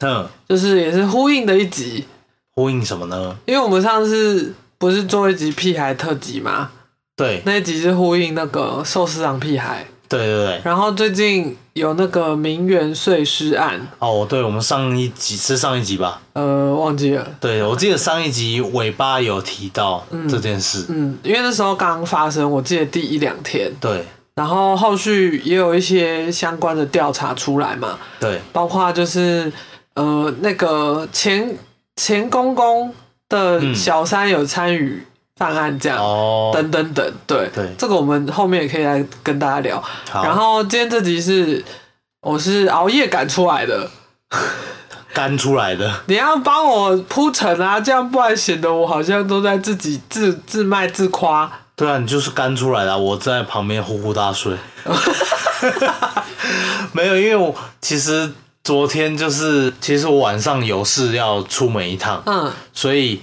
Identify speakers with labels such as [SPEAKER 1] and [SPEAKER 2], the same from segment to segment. [SPEAKER 1] 嗯，
[SPEAKER 2] 就是也是呼应的一集，
[SPEAKER 1] 呼应什么呢？
[SPEAKER 2] 因为我们上次不是做一集屁孩特辑嘛，
[SPEAKER 1] 对，
[SPEAKER 2] 那一集是呼应那个寿司郎屁孩，
[SPEAKER 1] 对对对。
[SPEAKER 2] 然后最近有那个名媛碎尸案，
[SPEAKER 1] 哦，对，我们上一集是上一集吧？
[SPEAKER 2] 呃，忘记了，
[SPEAKER 1] 对，我记得上一集尾巴有提到这件事。
[SPEAKER 2] 嗯，因为那时候刚发生，我记得第一两天，
[SPEAKER 1] 对
[SPEAKER 2] 然后后续也有一些相关的调查出来嘛，
[SPEAKER 1] 对，
[SPEAKER 2] 包括就是呃那个前前公公的
[SPEAKER 1] 嗯
[SPEAKER 2] 小三有参与犯案这样。
[SPEAKER 1] 哦，
[SPEAKER 2] 等等等，对
[SPEAKER 1] 对
[SPEAKER 2] 这个我们后面也可以来跟大家聊。
[SPEAKER 1] 好
[SPEAKER 2] 然后今天这集是我是熬夜赶出来的，
[SPEAKER 1] 干出来的，
[SPEAKER 2] 你要帮我铺陈啊，这样不然显得我好像都在自己自自卖自夸。
[SPEAKER 1] 对啊，你就是干出来的啊。我在旁边呼呼大 睡。没有，因为我其实昨天就是，其实我晚上有事要出门一趟，
[SPEAKER 2] 嗯
[SPEAKER 1] 所以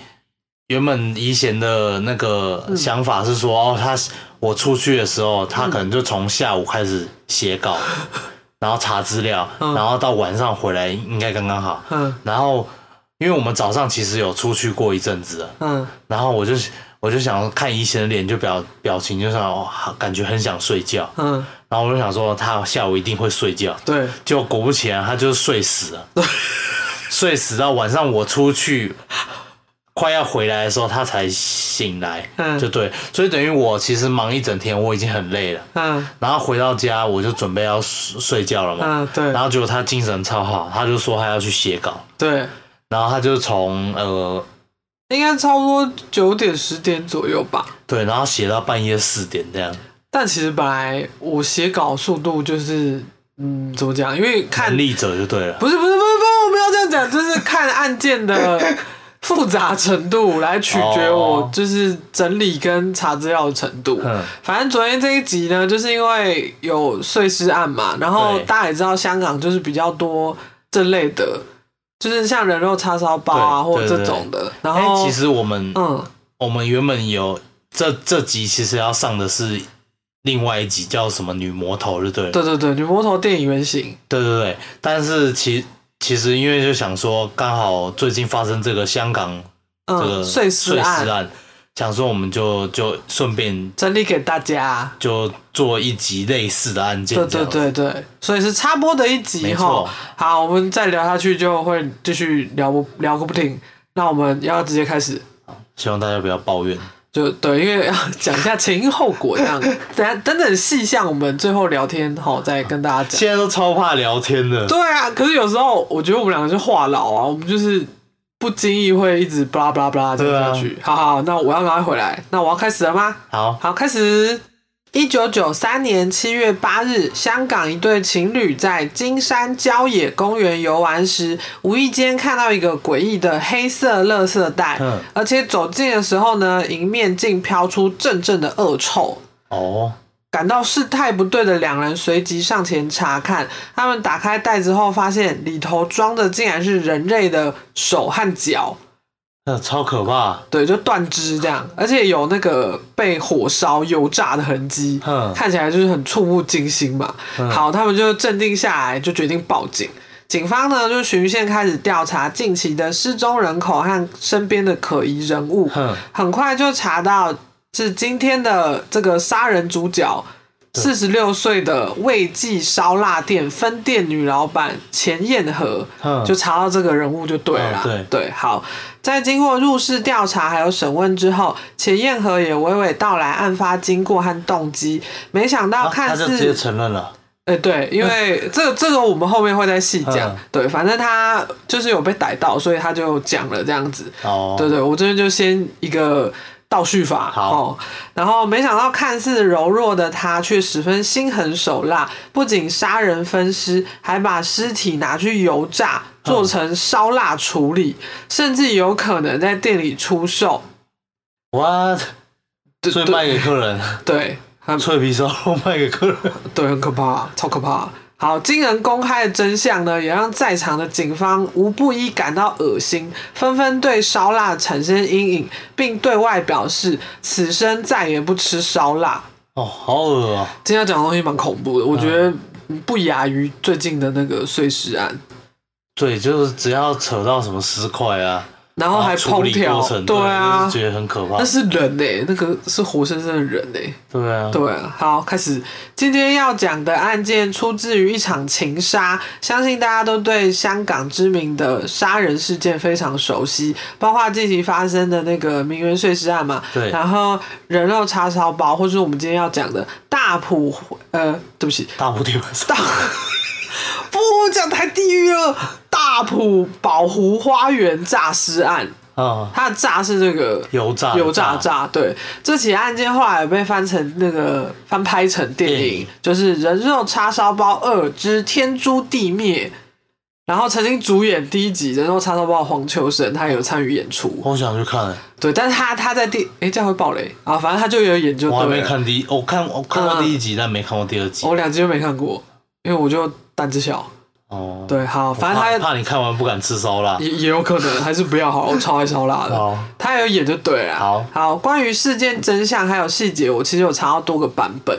[SPEAKER 1] 原本怡贤的那
[SPEAKER 2] 嗯
[SPEAKER 1] 个想法是说，哦，他我出去的时候，他可能就从下午开始写 稿，然后查资料，
[SPEAKER 2] 嗯
[SPEAKER 1] 然后到晚上回来应该刚刚好。
[SPEAKER 2] 嗯
[SPEAKER 1] 然后因为我们早上其实有出去过一阵子了，
[SPEAKER 2] 嗯，
[SPEAKER 1] 然后我就我就想看怡贤的脸，就表表情就像、哦、好感觉很想睡觉，
[SPEAKER 2] 嗯，
[SPEAKER 1] 然后我就想说他下午一定会睡觉，
[SPEAKER 2] 对，
[SPEAKER 1] 结果果不其然，他就是睡死 了，睡死到晚上我出去快要回来的时候，他才醒来，
[SPEAKER 2] 嗯
[SPEAKER 1] 就对，所以等于我其实忙一整天，我已经很累了，
[SPEAKER 2] 嗯
[SPEAKER 1] 然后回到家我就准备要睡睡觉了嘛，
[SPEAKER 2] 嗯，对
[SPEAKER 1] 然后结果他精神超好，他就说他要去写稿，
[SPEAKER 2] 对，
[SPEAKER 1] 然后他就从呃
[SPEAKER 2] 应该差不多九点十点左右吧。
[SPEAKER 1] 对，然后写到半夜四点这样，
[SPEAKER 2] 但其实本来我写稿速度就是，嗯，怎么讲？因为看
[SPEAKER 1] 能力者就对了，
[SPEAKER 2] 不是不是不是不是，我没有这样讲，就是看案件的复杂程度来取决我
[SPEAKER 1] 哦
[SPEAKER 2] 就是整理跟查资料的程度。
[SPEAKER 1] 嗯
[SPEAKER 2] 反正昨天这一集呢，就是因为有碎尸案嘛，然后
[SPEAKER 1] 对
[SPEAKER 2] 大家也知道香港就是比较多这类的，就是像人肉叉烧包啊
[SPEAKER 1] 对
[SPEAKER 2] 或者
[SPEAKER 1] 对
[SPEAKER 2] 这种的。然
[SPEAKER 1] 哎、
[SPEAKER 2] 后
[SPEAKER 1] 其实我们、
[SPEAKER 2] 嗯，
[SPEAKER 1] 我们原本有这这集其实要上的是另外一集叫什么女魔头，就对了。
[SPEAKER 2] 对对对，女魔头电影原型，
[SPEAKER 1] 对对对，但是其其实因为就想说，刚好最近发生这个香港这
[SPEAKER 2] 嗯，
[SPEAKER 1] 个
[SPEAKER 2] 碎尸案
[SPEAKER 1] 案想说我们就就顺便
[SPEAKER 2] 整理给大家。
[SPEAKER 1] 就做一集类似的案件
[SPEAKER 2] 对，
[SPEAKER 1] 这
[SPEAKER 2] 对
[SPEAKER 1] 样
[SPEAKER 2] 对对，所以是插播的一集
[SPEAKER 1] 没
[SPEAKER 2] 哈
[SPEAKER 1] 错。
[SPEAKER 2] 好，我们再聊下去就会继续聊不聊个不停。那我们要直接开始，
[SPEAKER 1] 希望大家不要抱怨。
[SPEAKER 2] 就对，因为要讲一下前因后果这 样，等下等等细项，我们最后聊天哈再跟大家讲。
[SPEAKER 1] 现在都超怕聊天的，
[SPEAKER 2] 对啊，可是有时候我觉得我们两个是话痨啊，我们就是不经意会一直巴拉巴拉巴拉讲
[SPEAKER 1] 对啊
[SPEAKER 2] 下去。好好，那我要赶快回来，那我要开始了吗？
[SPEAKER 1] 好，
[SPEAKER 2] 好，开始。一九九三年七月八日，香港一对情侣在金山郊野公园游玩时，无意间看到一个诡异的黑色垃圾袋，
[SPEAKER 1] 嗯
[SPEAKER 2] 而且走近的时候呢，迎面竟飘出阵阵的恶臭。
[SPEAKER 1] 哦，
[SPEAKER 2] 感到事态不对的两人随即上前查看，他们打开袋子后，发现里头装的竟然是人类的手和脚，
[SPEAKER 1] 那超可怕，
[SPEAKER 2] 对，就断肢这样，而且有那个被火烧、油炸的痕迹，
[SPEAKER 1] 嗯
[SPEAKER 2] 看起来就是很触目惊心嘛。
[SPEAKER 1] 嗯
[SPEAKER 2] 好，他们就镇定下来，就决定报警。警方呢，就循线开始调查近期的失踪人口和身边的可疑人物，
[SPEAKER 1] 哼，
[SPEAKER 2] 很快就查到是今天的这个杀人主角四十六岁的味记烧腊店分店女老板钱燕和
[SPEAKER 1] 嗯，
[SPEAKER 2] 就查到这个人物就对了。
[SPEAKER 1] 嗯
[SPEAKER 2] 好，在经过入室调查还有审问之后，钱燕和也娓娓道来案发经过和动机。没想到
[SPEAKER 1] 他啊
[SPEAKER 2] 看
[SPEAKER 1] 他
[SPEAKER 2] 似、
[SPEAKER 1] 就直接承认了，
[SPEAKER 2] 哎、对，因为这个这个我们后面会再细讲。
[SPEAKER 1] 嗯
[SPEAKER 2] 对，反正他就是有被逮到，所以他就讲了这样子。
[SPEAKER 1] 哦，
[SPEAKER 2] 对对，我这边就先一个倒叙法。
[SPEAKER 1] 好
[SPEAKER 2] 哦，然后没想到看似柔弱的他，却十分心狠手辣，不仅杀人分尸，还把尸体拿去油炸，
[SPEAKER 1] 嗯
[SPEAKER 2] 做成烧腊处理，甚至有可能在店里出售。
[SPEAKER 1] ，what，
[SPEAKER 2] 对
[SPEAKER 1] 所以
[SPEAKER 2] 对
[SPEAKER 1] 卖给客人，
[SPEAKER 2] 对，很
[SPEAKER 1] 脆皮烧 肉卖给客人，
[SPEAKER 2] 对，很可怕，超可怕。好，惊人公开的真相呢，也让在场的警方无不一感到恶心，纷纷对烧腊产生阴影，并对外表示此生再也不吃烧腊。
[SPEAKER 1] 哦，好恶啊，
[SPEAKER 2] 今天要讲的东西蛮恐怖的，我觉得
[SPEAKER 1] 嗯
[SPEAKER 2] 不亚于最近的那个碎尸案，
[SPEAKER 1] 对，就是只要扯到什么尸块啊，
[SPEAKER 2] 然哦后还
[SPEAKER 1] 处
[SPEAKER 2] 烹
[SPEAKER 1] 理
[SPEAKER 2] 调
[SPEAKER 1] 过，程，
[SPEAKER 2] 对啊
[SPEAKER 1] 就是，觉得很可怕
[SPEAKER 2] 那，是人呢、那个是活生生的人欸呢、
[SPEAKER 1] 对啊，
[SPEAKER 2] 对，好，开始。今天要讲的案件出自于一场情杀，相信大家都对香港知名的杀人事件非常熟悉，包括近期发生的那个名媛碎尸案嘛，
[SPEAKER 1] 对
[SPEAKER 2] 然后人肉叉烧包，或是我们今天要讲的大埔，呃，对不起，
[SPEAKER 1] 大蝴蝶烧
[SPEAKER 2] 大，不，我讲太地狱了，大埔宝湖花园诈尸案，
[SPEAKER 1] 啊，
[SPEAKER 2] 它的诈是这个
[SPEAKER 1] 油啊炸，
[SPEAKER 2] 油炸，炸，对，这起案件后来有被翻成那个翻拍成电
[SPEAKER 1] 电
[SPEAKER 2] 影
[SPEAKER 1] 影，
[SPEAKER 2] 就是《人肉叉烧包二之天诛地灭》，然后曾经主演第一集《人肉叉烧包》的黄秋生，他也有参与演出，
[SPEAKER 1] 我想去看，
[SPEAKER 2] 对，但是他他在第诶，这样会爆雷啊，反正他就有研究，
[SPEAKER 1] 我还
[SPEAKER 2] 对
[SPEAKER 1] 没
[SPEAKER 2] 了，
[SPEAKER 1] 看第一，我看我看过
[SPEAKER 2] 嗯哦
[SPEAKER 1] 第一集，但没看过第二集，
[SPEAKER 2] 我两集都没看过，因为我就胆子小，
[SPEAKER 1] 哦，
[SPEAKER 2] 对，好，
[SPEAKER 1] 我
[SPEAKER 2] 反正
[SPEAKER 1] 怕
[SPEAKER 2] 他
[SPEAKER 1] 怕你看完不敢吃烧 腊，
[SPEAKER 2] 也也有可能还是不要好了，我超爱烧腊的。
[SPEAKER 1] 哦，
[SPEAKER 2] 他有演就对了。
[SPEAKER 1] 好
[SPEAKER 2] 好，关于事件真相还有细节，我其实有查到多个版本，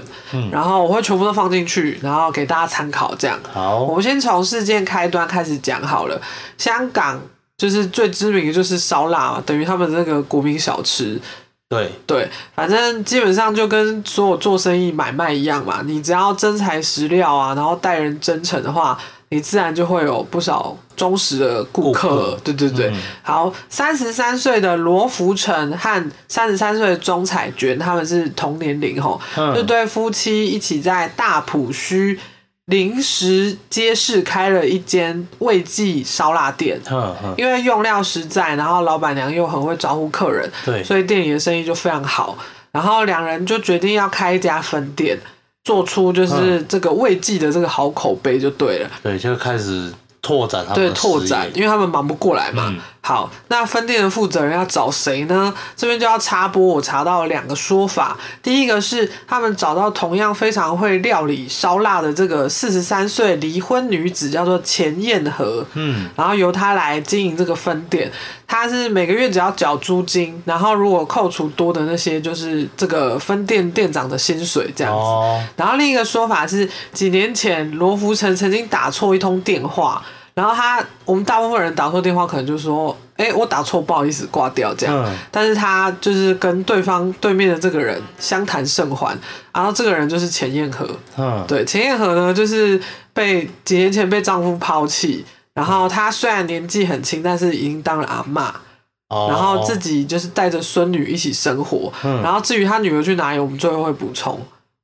[SPEAKER 2] 然后我会全部都放进去，然后给大家参考。这样，我
[SPEAKER 1] 好，
[SPEAKER 2] 们先从事件开端开始讲好了。香港就是最知名的就是烧腊嘛，等于他们那个国民小吃。
[SPEAKER 1] 对，
[SPEAKER 2] 对，反正基本上就跟所有做生意买卖一样嘛，你只要真材实料啊，然后待人真诚的话，你自然就会有不少忠实的顾客。
[SPEAKER 1] 顾客
[SPEAKER 2] 对对对，
[SPEAKER 1] 嗯
[SPEAKER 2] 好，三十三岁的罗福成和三十三岁的钟彩娟，他们是同年龄吼，
[SPEAKER 1] 嗯
[SPEAKER 2] 这对夫妻一起在大埔墟临时街市开了一间味记烧腊店。
[SPEAKER 1] 嗯嗯，
[SPEAKER 2] 因为用料实在，然后老板娘又很会招呼客人，
[SPEAKER 1] 对，
[SPEAKER 2] 所以店里的生意就非常好。然后两人就决定要开一家分店，做出
[SPEAKER 1] 嗯
[SPEAKER 2] 就是这个味记的这个好口碑就对了，
[SPEAKER 1] 对，就开始拓展他们
[SPEAKER 2] 对
[SPEAKER 1] 的
[SPEAKER 2] 拓展
[SPEAKER 1] 事，业
[SPEAKER 2] 因为他们忙不过来嘛。
[SPEAKER 1] 嗯
[SPEAKER 2] 好，那分店的负责人要找谁呢？这边就要插播，我查到了两个说法。第一个是他们找到同样非常会料理烧腊的这个四十三岁离婚女子，叫做钱燕和。
[SPEAKER 1] 嗯，
[SPEAKER 2] 然后由他来经营这个分店，他是每个月只要缴租金，然后如果扣除多的那些，就是这个分店店长的薪水这样子。
[SPEAKER 1] 哦，
[SPEAKER 2] 然后另一个说法是，几年前罗福成曾经打错一通电话，然后他我们大部分人打错电话，可能就说：“哎、我打错，不好意思，挂掉。”这样。
[SPEAKER 1] 嗯
[SPEAKER 2] 但是他就是跟对方对面的这个人相谈甚欢，然后这个人就是钱燕和。
[SPEAKER 1] 嗯，
[SPEAKER 2] 对，钱燕和呢，就是被几年前被丈夫抛弃，然后她虽然年纪很轻，但是已经当了阿嬷，
[SPEAKER 1] 哦，
[SPEAKER 2] 然后自己就是带着孙女一起生活。
[SPEAKER 1] 嗯
[SPEAKER 2] 然后至于她女儿去哪里，我们最后会补充。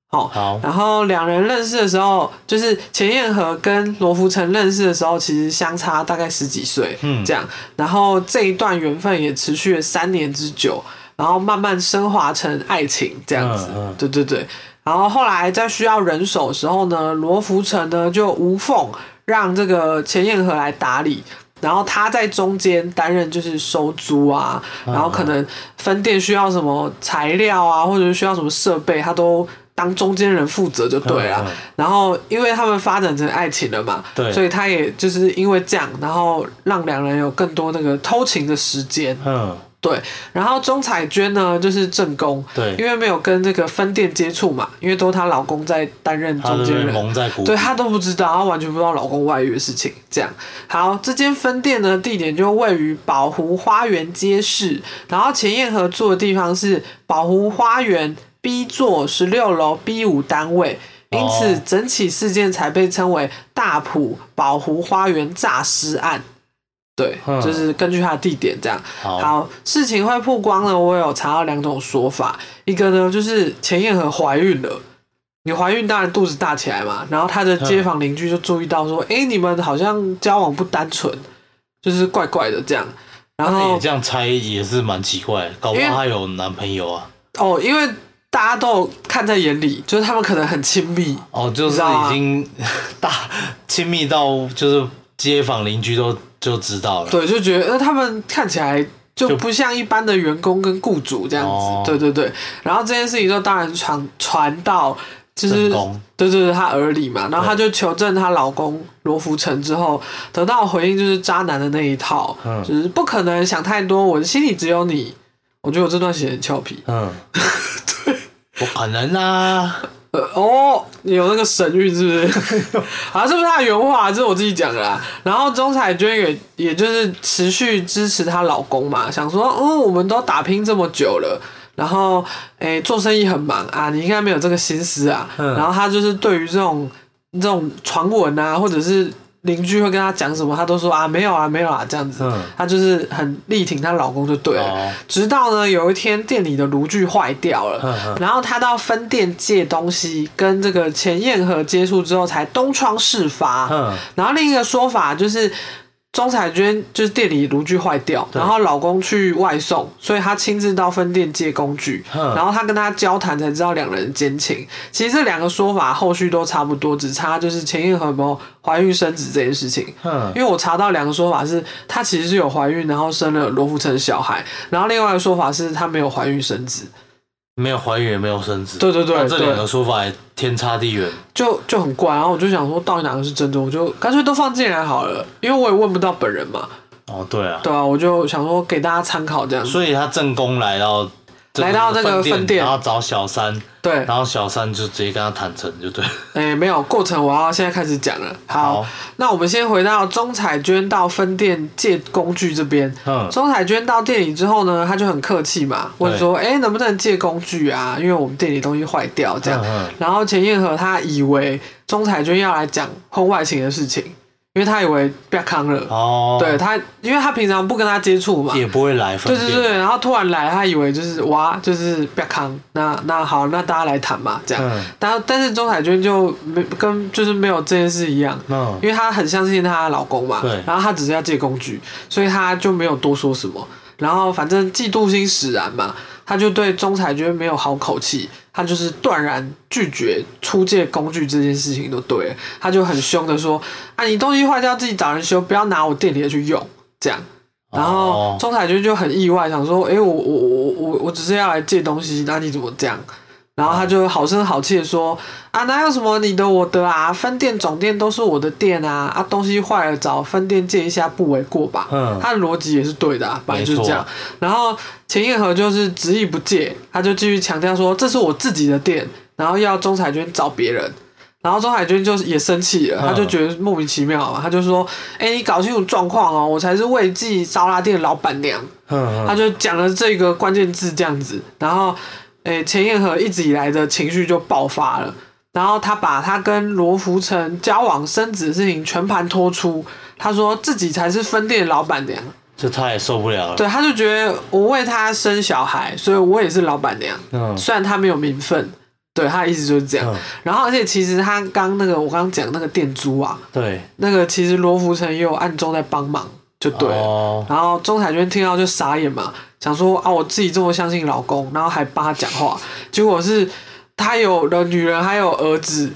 [SPEAKER 2] 好、
[SPEAKER 1] 好，
[SPEAKER 2] 然后两人认识的时候，就是钱燕和跟罗福成认识的时候，其实相差大概十几岁，
[SPEAKER 1] 嗯
[SPEAKER 2] 这样。然后这一段缘分也持续了三年之久，然后慢慢升华成爱情这样子。
[SPEAKER 1] 嗯嗯
[SPEAKER 2] 对对对。然后后来在需要人手的时候呢，罗福成呢就无缝让这个钱燕和来打理。然后他在中间担任就是收租啊，
[SPEAKER 1] 嗯
[SPEAKER 2] 然后可能分店需要什么材料啊，或者是需要什么设备，他都当中间人负责就对了
[SPEAKER 1] 嗯嗯。
[SPEAKER 2] 然后因为他们发展成爱情了嘛，
[SPEAKER 1] 对
[SPEAKER 2] 所以他也就是因为这样，然后让两人有更多那个偷情的时间。
[SPEAKER 1] 嗯，
[SPEAKER 2] 对，然后钟彩娟呢就是正宫，
[SPEAKER 1] 对
[SPEAKER 2] 因为没有跟这个分店接触嘛，因为都她老公在担任
[SPEAKER 1] 他
[SPEAKER 2] 中
[SPEAKER 1] 就
[SPEAKER 2] 间
[SPEAKER 1] 被
[SPEAKER 2] 人，
[SPEAKER 1] 蒙在鼓里
[SPEAKER 2] 对，她都不知道，她完全不知道老公外遇的事情。这样，好，这间分店呢，地点就位于宝湖花园街市，然后钱燕和住的地方是宝湖花园。 B 座十六楼 B 五单位，因此
[SPEAKER 1] 哦
[SPEAKER 2] 整起事件才被称为大埔宝湖花园诈尸案。对，
[SPEAKER 1] 嗯
[SPEAKER 2] 就是根据它的地点这样。
[SPEAKER 1] 好
[SPEAKER 2] 好，事情会曝光呢，我有查到两种说法，一个呢就是钱燕和怀孕了。你怀孕当然肚子大起来嘛，然后她的街坊邻居就注意到说，哎、你们好像交往不单纯，就是怪怪的这样。然
[SPEAKER 1] 那
[SPEAKER 2] 后
[SPEAKER 1] 你这样猜也是蛮奇怪，搞不
[SPEAKER 2] 哦因为
[SPEAKER 1] 好她有男朋友啊。
[SPEAKER 2] 哦，因为大家都有看在眼里，就是他们可能很亲密，
[SPEAKER 1] 哦，就是已经 大亲密到就是街坊邻居都就知道了。
[SPEAKER 2] 对，就觉得、呃、他们看起来就
[SPEAKER 1] 就
[SPEAKER 2] 不像一般的员工跟雇主这样子，
[SPEAKER 1] 哦
[SPEAKER 2] 对对对。然后这件事情就当然传传到就
[SPEAKER 1] 正
[SPEAKER 2] 是
[SPEAKER 1] 宫
[SPEAKER 2] 对对对她耳里嘛，然后她就求证她老公罗福成之后，得到的回应就是渣男的那一套，
[SPEAKER 1] 嗯
[SPEAKER 2] 就是不可能想太多，我的心里只有你。我觉得我这段写得很俏皮，
[SPEAKER 1] 嗯， 不可能啊！
[SPEAKER 2] 呃哦，你有那个神韵是 不是？好、啊，这不是他的原话，这是我自己讲的啦。然后钟彩娟也也就是持续支持她老公嘛，想说，嗯，我们都打拼这么久了，然后诶做生意很忙啊，你应该没有这个心思啊。
[SPEAKER 1] 嗯
[SPEAKER 2] 然后她就是对于这种这种传闻啊，或者是邻居会跟她讲什么，她都说啊没有啊没有啊这样子
[SPEAKER 1] 嗯，
[SPEAKER 2] 她、就是很力挺她老公就对了。
[SPEAKER 1] 哦
[SPEAKER 2] 直到呢有一天店里的炉具坏掉了，
[SPEAKER 1] 嗯嗯
[SPEAKER 2] 然后他到分店借东西，跟这个钱彦和接触之后才东窗事发。
[SPEAKER 1] 嗯
[SPEAKER 2] 然后另一个说法就是。钟彩娟就是店里炉具坏掉，然后老公去外送，所以她亲自到分店借工具，
[SPEAKER 1] 嗯
[SPEAKER 2] 然后她跟他交谈才知道两人奸情。其实这两个说法后续都差不多，只差就是钱燕和有没有怀孕生子这件事情。
[SPEAKER 1] 嗯
[SPEAKER 2] 因为我查到两个说法是，她其实是有怀孕，然后生了罗福成小孩，然后另外一个说法是她没有怀孕生子，
[SPEAKER 1] 没有怀孕也没有生子。
[SPEAKER 2] 对对对
[SPEAKER 1] 那这
[SPEAKER 2] 对
[SPEAKER 1] 两个说法也天差地远。
[SPEAKER 2] 就就很怪。然后我就想说，到底哪个是真的，我就干脆都放进来好了，因为我也问不到本人嘛，
[SPEAKER 1] 哦，对啊，
[SPEAKER 2] 对啊，我就想说给大家参考这样子。
[SPEAKER 1] 所以她正宫来到
[SPEAKER 2] 来到这个分
[SPEAKER 1] 分
[SPEAKER 2] 店
[SPEAKER 1] 然后找小三，
[SPEAKER 2] 对，
[SPEAKER 1] 然后小三就直接跟她坦诚，就对了。
[SPEAKER 2] 哎、没有过程，我要现在开始讲了。好，
[SPEAKER 1] 好
[SPEAKER 2] 那我们先回到钟彩娟到分店借工具这边。
[SPEAKER 1] 嗯
[SPEAKER 2] 钟彩娟到店里之后呢，她就很客气嘛，问说：“哎、能不能借工具啊？因为我们店里东西坏掉这样。
[SPEAKER 1] 嗯嗯
[SPEAKER 2] 然后钱燕和她以为钟彩娟要来讲婚外情的事情，因为她以为被康了。
[SPEAKER 1] 哦，
[SPEAKER 2] 对，她，因为她平常不跟她接触嘛，
[SPEAKER 1] 也不会来分
[SPEAKER 2] 对
[SPEAKER 1] 店。
[SPEAKER 2] 对对，然后突然来，他以为就是哇，就是不要康，那那好，那大家来谈嘛，这样。
[SPEAKER 1] 嗯
[SPEAKER 2] 但但是钟彩娟就没跟就是没有这件事一样，
[SPEAKER 1] 嗯
[SPEAKER 2] 因为她很相信她的老公嘛
[SPEAKER 1] 对，
[SPEAKER 2] 然后她只是要借工具，所以她就没有多说什么。然后反正嫉妒心使然嘛，她就对钟彩娟没有好口气，她就是断然拒绝出借工具这件事情都对了，她就很凶的说：“啊，你东西坏掉自己找人修，不要拿我店里的去用。”这样。然后
[SPEAKER 1] 哦
[SPEAKER 2] 钟彩娟就很意外，想说：“诶，我我我我我只是要来借东西，那你怎么这样？”然后他就好声好气的说：“啊，哪有什么你的我的啊？分店总店都是我的店啊！啊，东西坏了找分店借一下不为过吧？”
[SPEAKER 1] 嗯
[SPEAKER 2] 他的逻辑也是对的、啊，本来就是这样
[SPEAKER 1] 没错。
[SPEAKER 2] 然后钱彦和就是执意不借，他就继续强调说：“这是我自己的店。”然后要钟彩娟找别人。然后钟海娟就是也生气了，
[SPEAKER 1] 嗯
[SPEAKER 2] 她就觉得莫名其妙嘛，她就说：“哎、你搞清楚状况哦，我才是魏记烧腊店的老板娘。”
[SPEAKER 1] 嗯
[SPEAKER 2] 他
[SPEAKER 1] 嗯
[SPEAKER 2] 就讲了这个关键字这样子，然后，诶、钱燕和一直以来的情绪就爆发了，然后他把他跟罗福成交往生子的事情全盘托出，他说自己才是分店的老板娘，
[SPEAKER 1] 这她也受不了了。
[SPEAKER 2] 对，他就觉得我为他生小孩，所以我也是老板娘，
[SPEAKER 1] 嗯
[SPEAKER 2] 虽然他没有名分，对他的意思就是这样，
[SPEAKER 1] 嗯
[SPEAKER 2] 然后而且其实他刚那个我刚刚讲那个店租啊，
[SPEAKER 1] 对
[SPEAKER 2] 那个其实罗福成也有暗中在帮忙，就对了。
[SPEAKER 1] 哦
[SPEAKER 2] 然后钟彩娟听到就傻眼嘛，想说啊，我自己这么相信老公，然后还帮他讲话，结果是他有了女人，还有儿子，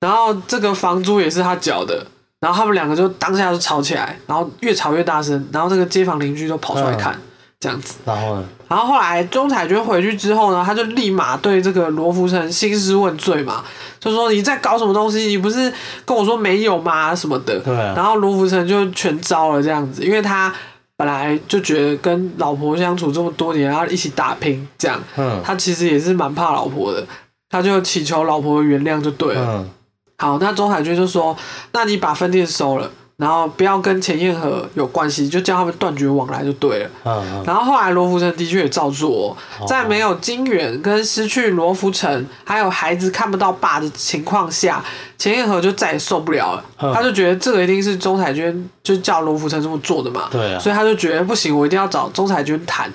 [SPEAKER 2] 然后这个房租也是他缴的，然后他们两个就当下就吵起来，然后越吵越大声，然后这个街坊邻居都跑出来看，这样子。
[SPEAKER 1] 然后呢？
[SPEAKER 2] 然后后来钟彩娟回去之后呢，她就立马对这个罗福成兴师问罪嘛，就说你在搞什么东西？你不是跟我说没有吗？什么的。
[SPEAKER 1] 对啊
[SPEAKER 2] 然后罗福成就全招了这样子，因为他本来就觉得跟老婆相处这么多年，然后一起打拼这样，
[SPEAKER 1] 嗯
[SPEAKER 2] 他其实也是蛮怕老婆的，他就祈求老婆原谅就对了。
[SPEAKER 1] 嗯
[SPEAKER 2] 好，那钟海娟就说：“那你把分店收了，然后不要跟钱彦和有关系，就叫他们断绝往来就对了。
[SPEAKER 1] 嗯嗯
[SPEAKER 2] 然后后来罗浮城的确也照做，哦
[SPEAKER 1] 哦
[SPEAKER 2] 在没有金元跟失去罗浮城，还有孩子看不到爸的情况下，钱彦和就再也受不了了，
[SPEAKER 1] 嗯
[SPEAKER 2] 他就觉得这个一定是钟彩娟就叫罗浮城这么做的嘛，
[SPEAKER 1] 对啊
[SPEAKER 2] 所以他就觉得不行，我一定要找钟彩娟谈，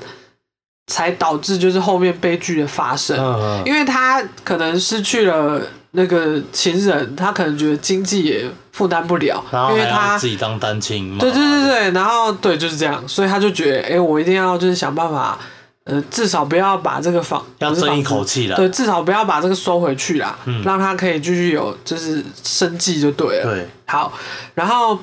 [SPEAKER 2] 才导致就是后面悲剧的发生。
[SPEAKER 1] 嗯嗯，
[SPEAKER 2] 因为他可能失去了那个情人，他可能觉得经济也负担不了，
[SPEAKER 1] 然
[SPEAKER 2] 因
[SPEAKER 1] 后
[SPEAKER 2] 为
[SPEAKER 1] 还
[SPEAKER 2] 他
[SPEAKER 1] 要自己当单亲嘛，
[SPEAKER 2] 对对对对，然后对就是这样，所以他就觉得，哎、我一定要就是想办法，呃，至少不要把这个房
[SPEAKER 1] 要
[SPEAKER 2] 不是
[SPEAKER 1] 争一
[SPEAKER 2] 房子
[SPEAKER 1] 口气啦。
[SPEAKER 2] 对，至少不要把这个收回去啦，
[SPEAKER 1] 嗯
[SPEAKER 2] 让他可以继续有就是生计就对了。
[SPEAKER 1] 对，
[SPEAKER 2] 好，然后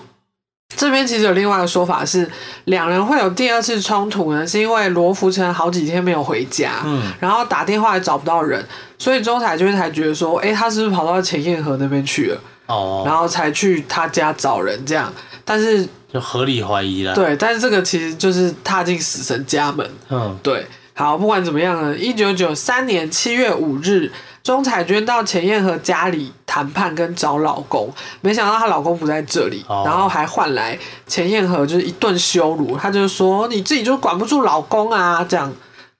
[SPEAKER 2] 这边其实有另外一个说法是，两人会有第二次冲突呢，是因为罗浮城好几天没有回家，
[SPEAKER 1] 嗯
[SPEAKER 2] 然后打电话也找不到人，所以钟彩娟才觉得说，哎、他是不是跑到钱彦和那边去了，
[SPEAKER 1] 哦，
[SPEAKER 2] 然后才去他家找人这样。但是
[SPEAKER 1] 就合理怀疑啦。，
[SPEAKER 2] 对，但是这个其实就是踏进死神家门，
[SPEAKER 1] 嗯
[SPEAKER 2] 对，好，不管怎么样呢，一九九三年七月五日，钟彩娟到钱燕和家里谈判跟找老公，没想到她老公不在这里，
[SPEAKER 1] 哦
[SPEAKER 2] 然后还换来钱燕和就是一顿羞辱，她就说哦你自己就管不住老公啊这样，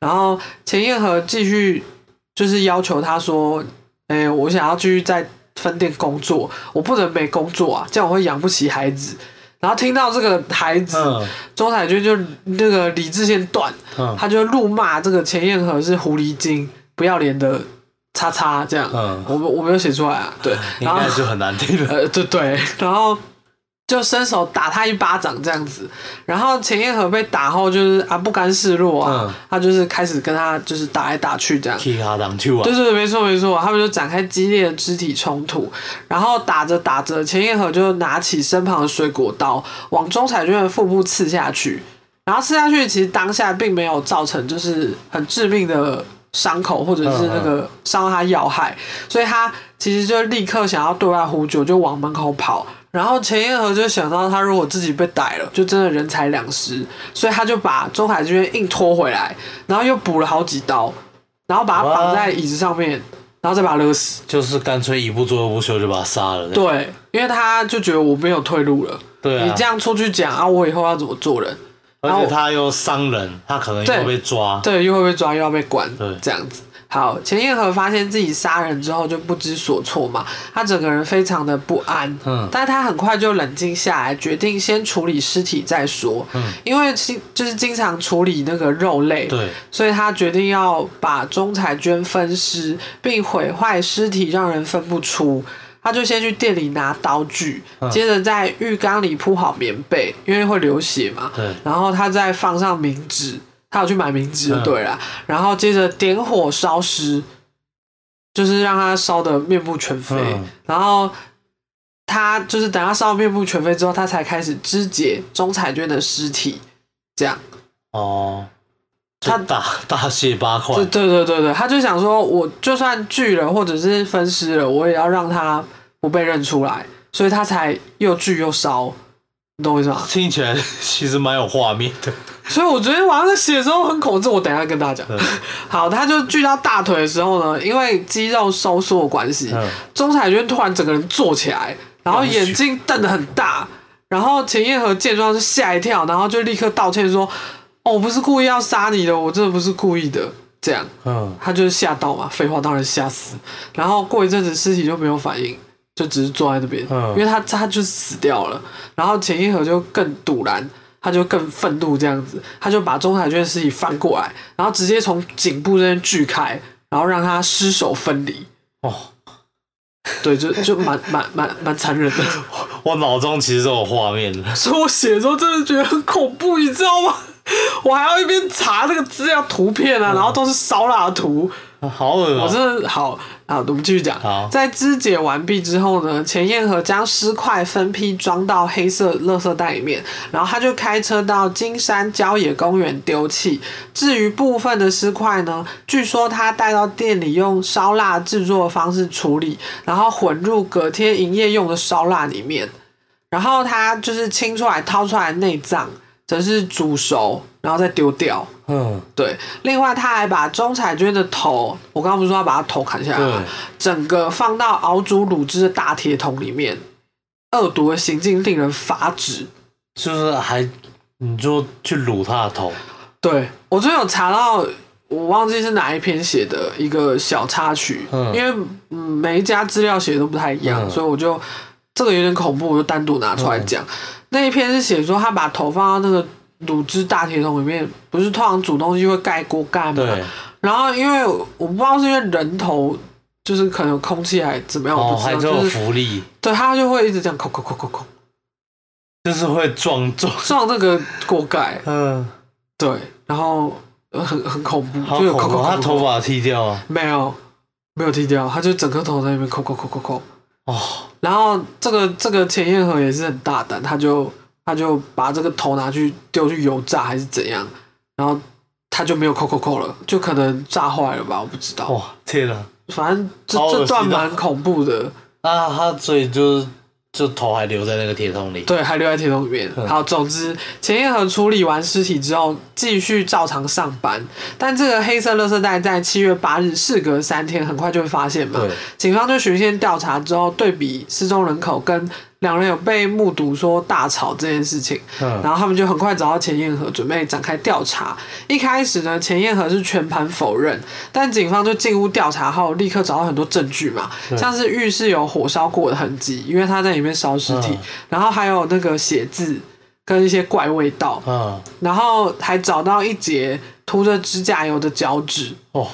[SPEAKER 2] 然后钱燕和继续就是要求她说，哎、我想要继续在分店工作，我不能没工作啊，这样我会养不起孩子。然后听到这个孩子，
[SPEAKER 1] 嗯
[SPEAKER 2] 钟彩娟就那个理智线断，
[SPEAKER 1] 嗯
[SPEAKER 2] 他就怒骂这个钱彦和是狐狸精，不要脸的叉叉这样。
[SPEAKER 1] 嗯
[SPEAKER 2] 我没我没有写出来啊，对，
[SPEAKER 1] 应
[SPEAKER 2] 然后
[SPEAKER 1] 该就很难听了。
[SPEAKER 2] 呃，对对，然后就伸手打他一巴掌这样子。然后钱彦和被打后就是啊不甘示弱啊，
[SPEAKER 1] 嗯
[SPEAKER 2] 他就是开始跟他就是打来打去这样。
[SPEAKER 1] 踢他当去啊
[SPEAKER 2] 对，对，没错没错，他们就展开激烈的肢体冲突，然后打着打着，钱彦和就拿起身旁的水果刀往钟彩娟的腹部刺下去，然后刺下去其实当下并没有造成就是很致命的伤口或者是那个伤到他要害，所以他其实就立刻想要对外呼救，就往门口跑。然后钱彦和就想到，他如果自己被逮了，就真的人财两失，所以他就把钟凯娟硬拖回来，然后又补了好几刀，然后把他绑在椅子上面，然后再把他勒死。
[SPEAKER 1] 就是干脆一不做二不休就把他杀了。
[SPEAKER 2] 对，因为他就觉得我没有退路了，
[SPEAKER 1] 对
[SPEAKER 2] 你
[SPEAKER 1] 啊
[SPEAKER 2] 这，样出去讲啊，我以后要怎么做人？然
[SPEAKER 1] 而
[SPEAKER 2] 后
[SPEAKER 1] 且他又伤人，他可能
[SPEAKER 2] 对
[SPEAKER 1] 又被抓。
[SPEAKER 2] 对，又会被抓，又要被关
[SPEAKER 1] 对，
[SPEAKER 2] 这样子。好，钱彦和发现自己杀人之后就不知所措嘛，他整个人非常的不安，
[SPEAKER 1] 嗯
[SPEAKER 2] 但他很快就冷静下来，决定先处理尸体再说，
[SPEAKER 1] 嗯，
[SPEAKER 2] 因为经就是经常处理那个肉类，
[SPEAKER 1] 对，
[SPEAKER 2] 所以他决定要把钟彩娟分尸，并毁坏尸体，让人分不出。他就先去店里拿刀具，
[SPEAKER 1] 嗯
[SPEAKER 2] 接着在浴缸里铺好棉被，因为会流血嘛。
[SPEAKER 1] 对
[SPEAKER 2] 然后他再放上冥纸，他有去买冥纸就对
[SPEAKER 1] 嗯
[SPEAKER 2] 了。然后接着点火烧尸，就是让他烧得面目全非。
[SPEAKER 1] 嗯
[SPEAKER 2] 然后他就是等他烧得面目全非之后，他才开始肢解钟彩娟的尸体，这样。
[SPEAKER 1] 哦，
[SPEAKER 2] 他
[SPEAKER 1] 他大大卸八块
[SPEAKER 2] 对，对对对对，他就想说，我就算锯了或者是分尸了，我也要让他不被认出来，所以他才又锯又烧，你懂我意思吗？
[SPEAKER 1] 听起来其实蛮有画面的。
[SPEAKER 2] 所以我昨天晚上在写的时候很恐惧，我等一下跟大家讲
[SPEAKER 1] 对。
[SPEAKER 2] 好，他就锯到大腿的时候呢，因为肌肉收缩的关系，
[SPEAKER 1] 嗯
[SPEAKER 2] 钟彩娟突然整个人坐起来，然后眼睛瞪得很大，然后钱彦和见状就吓一跳，然后就立刻道歉说：“哦，我不是故意要杀你的，我真的不是故意的。”这样。
[SPEAKER 1] 嗯，
[SPEAKER 2] 他就是吓到嘛，废话当然吓死。然后过一阵子尸体就没有反应，就只是坐在那边，
[SPEAKER 1] 嗯
[SPEAKER 2] 因为他他就死掉了。然后钱一和就更堵然，他就更愤怒这样子，他就把钟彩娟的尸体翻过来，然后直接从颈部这边锯开，然后让他尸首分离。
[SPEAKER 1] 哦，
[SPEAKER 2] 对，就就蛮蛮蛮蛮残忍的，
[SPEAKER 1] 我脑中其实都有画面的。
[SPEAKER 2] 所以我写的时候真的觉得很恐怖，你知道吗？我还要一边查这个资料图片啊，然后都是烧腊图，
[SPEAKER 1] 好恶
[SPEAKER 2] 我
[SPEAKER 1] 啊！
[SPEAKER 2] 真的好好，我们继续讲
[SPEAKER 1] 好。
[SPEAKER 2] 在肢解完毕之后呢，钱彦和将尸块分批装到黑色垃圾袋里面，然后他就开车到金山郊野公园丢弃。至于部分的尸块呢，据说他带到店里用烧腊制作的方式处理，然后混入隔天营业用的烧腊里面。然后他就是清出来、掏出来内脏，则是煮熟，然后再丢掉。
[SPEAKER 1] 嗯，
[SPEAKER 2] 对，另外他还把钟彩娟的头，我刚刚不是说要把她头砍下来吗
[SPEAKER 1] 对？
[SPEAKER 2] 整个放到熬煮卤汁的大铁桶里面，恶毒的行径令人发指。
[SPEAKER 1] 就是还你说去撸他的头，
[SPEAKER 2] 对我最近有查到，我忘记是哪一篇写的一个小插曲，
[SPEAKER 1] 嗯
[SPEAKER 2] 因为嗯每一家资料写的都不太一样，
[SPEAKER 1] 嗯
[SPEAKER 2] 所以我就这个有点恐怖，我就单独拿出来讲。那一篇是写说他把头放到那个卤汁大铁桶里面，不是通常煮东西会盖锅盖吗？
[SPEAKER 1] 对，
[SPEAKER 2] 然后因为我我不知道是因为人头。就是可能有空气还怎么样，我
[SPEAKER 1] 哦，
[SPEAKER 2] 不知
[SPEAKER 1] 还
[SPEAKER 2] 道。
[SPEAKER 1] 真有
[SPEAKER 2] 就是
[SPEAKER 1] 福利，
[SPEAKER 2] 对他就会一直这样扣扣扣扣扣
[SPEAKER 1] 就是会撞撞，
[SPEAKER 2] 撞那个锅盖，
[SPEAKER 1] 嗯，
[SPEAKER 2] 对，然后呃很很恐怖，
[SPEAKER 1] 好
[SPEAKER 2] 就有
[SPEAKER 1] 恐
[SPEAKER 2] 扣扣
[SPEAKER 1] 怖，
[SPEAKER 2] 扣
[SPEAKER 1] 他
[SPEAKER 2] 扣
[SPEAKER 1] 头发剃掉啊，
[SPEAKER 2] 没有，没有剃掉，他就整颗头在那边抠抠抠抠抠。
[SPEAKER 1] 哦，
[SPEAKER 2] 然后这个这个钱彦和也是很大胆，他就他就把这个头拿去丢去油炸还是怎样，然后他就没有抠抠抠了，就可能炸坏了吧，我不知道。
[SPEAKER 1] 哇，天哪，
[SPEAKER 2] 反正这
[SPEAKER 1] 哦好恶心啊
[SPEAKER 2] 这段蛮恐怖的，
[SPEAKER 1] 啊，他所以就是就头还留在那个铁桶里，
[SPEAKER 2] 对，还留在铁桶里面。
[SPEAKER 1] 嗯
[SPEAKER 2] 好，总之钱彦和处理完尸体之后，继续照常上班，但这个黑色垃圾袋在七月八日，事隔三天，很快就会发现嘛。
[SPEAKER 1] 对，
[SPEAKER 2] 警方就循线调查之后，对比失踪人口跟两人有被目睹说大吵这件事情，
[SPEAKER 1] 嗯，
[SPEAKER 2] 然后他们就很快找到钱彦和，准备展开调查。一开始呢，钱彦和是全盘否认，但警方就进屋调查后，立刻找到很多证据嘛，
[SPEAKER 1] 对
[SPEAKER 2] 像是浴室有火烧过的痕迹，因为他在里面烧尸体，
[SPEAKER 1] 嗯
[SPEAKER 2] 然后还有那个血渍跟一些怪味道，
[SPEAKER 1] 嗯，
[SPEAKER 2] 然后还找到一截涂着指甲油的脚趾。
[SPEAKER 1] 哦，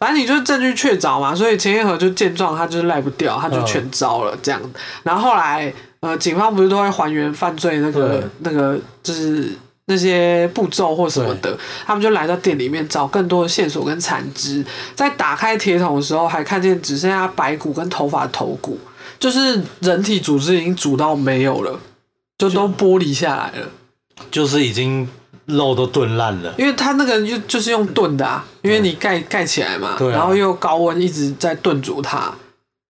[SPEAKER 2] 反正你就是证据确凿嘛，所以钱彦和就见状，他就是赖不掉，他就
[SPEAKER 1] 嗯
[SPEAKER 2] 全招了这样。然后后来，呃，警方不是都会还原犯罪那个
[SPEAKER 1] 对
[SPEAKER 2] 那个，就是那些步骤或什么的，他们就来到店里面找更多的线索跟残肢。在打开铁桶的时候，还看见只剩下白骨跟头发的头骨，就是人体组织已经煮到没有了，就都剥离下来了。
[SPEAKER 1] 就是已经肉都炖烂了，
[SPEAKER 2] 因为它那个就就是用炖的啊，因为你盖盖起来嘛，
[SPEAKER 1] 对啊
[SPEAKER 2] 然后又高温一直在炖煮它。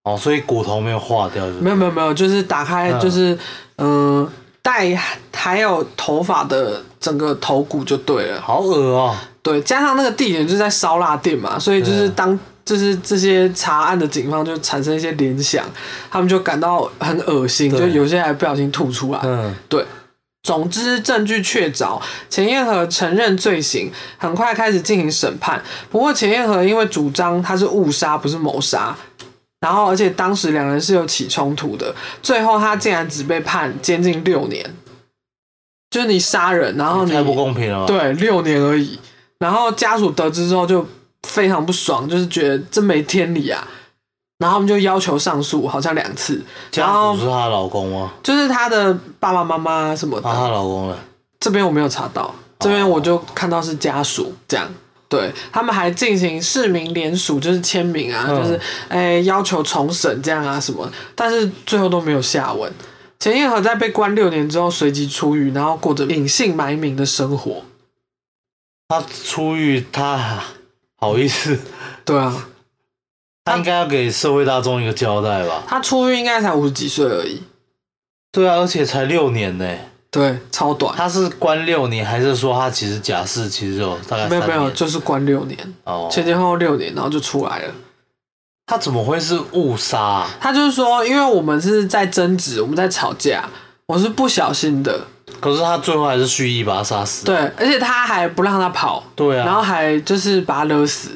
[SPEAKER 1] 哦，所以骨头没有化掉，是不是
[SPEAKER 2] 没有没有没有，就是打开
[SPEAKER 1] 嗯
[SPEAKER 2] 就是嗯、呃带还有头发的整个头骨就对了，
[SPEAKER 1] 好恶哦，
[SPEAKER 2] 对，加上那个地点就是在烧腊店嘛，所以就是
[SPEAKER 1] 对啊
[SPEAKER 2] 当就是这些查案的警方就产生一些联想，他们就感到很恶心，
[SPEAKER 1] 对
[SPEAKER 2] 就有些还不小心吐出来，
[SPEAKER 1] 嗯，
[SPEAKER 2] 对。总之，证据确凿，钱彦和承认罪行，很快开始进行审判。不过，钱彦和因为主张他是误杀，不是谋杀，然后而且当时两人是有起冲突的，最后他竟然只被判监禁六年，就是你杀人，然哦后你
[SPEAKER 1] 太不公平了吧？
[SPEAKER 2] 对六年而已。然后家属得知之后就非常不爽，就是觉得这没天理啊。然后他们就要求上诉，好像两次，然
[SPEAKER 1] 家
[SPEAKER 2] 后
[SPEAKER 1] 属是她老公吗？
[SPEAKER 2] 就是他的爸爸妈妈什么的，
[SPEAKER 1] 啊，她老公了，
[SPEAKER 2] 这边我没有查
[SPEAKER 1] 哦
[SPEAKER 2] 到，这边我就看到是家属这样。对他们还进行市民联署，就是签名啊，
[SPEAKER 1] 嗯
[SPEAKER 2] 就是哎、要求重审这样啊什么，但是最后都没有下文。钱彦和在被关六年之后随即出狱，然后过着隐姓埋名的生活。
[SPEAKER 1] 她出狱，她好意 思，
[SPEAKER 2] 对啊，
[SPEAKER 1] 她应该要给社会大众一个交代吧？
[SPEAKER 2] 他出狱应该才五十几岁而已，
[SPEAKER 1] 对啊，而且才六年呢，
[SPEAKER 2] 对，超短。
[SPEAKER 1] 她是关六年，还是说她其实假释其实有大概
[SPEAKER 2] 没有
[SPEAKER 1] 三
[SPEAKER 2] 没有，
[SPEAKER 1] 年
[SPEAKER 2] 就是关六年，
[SPEAKER 1] 哦，
[SPEAKER 2] 前前后后六年，然后就出来了。
[SPEAKER 1] 她怎么会是误杀啊？
[SPEAKER 2] 他就是说，因为我们是在争执，我们在吵架，我是不小心的，
[SPEAKER 1] 可是她最后还是蓄意把她杀死。
[SPEAKER 2] 对，而且他还不让他跑，
[SPEAKER 1] 对
[SPEAKER 2] 然后
[SPEAKER 1] 啊，
[SPEAKER 2] 还就是把他勒死，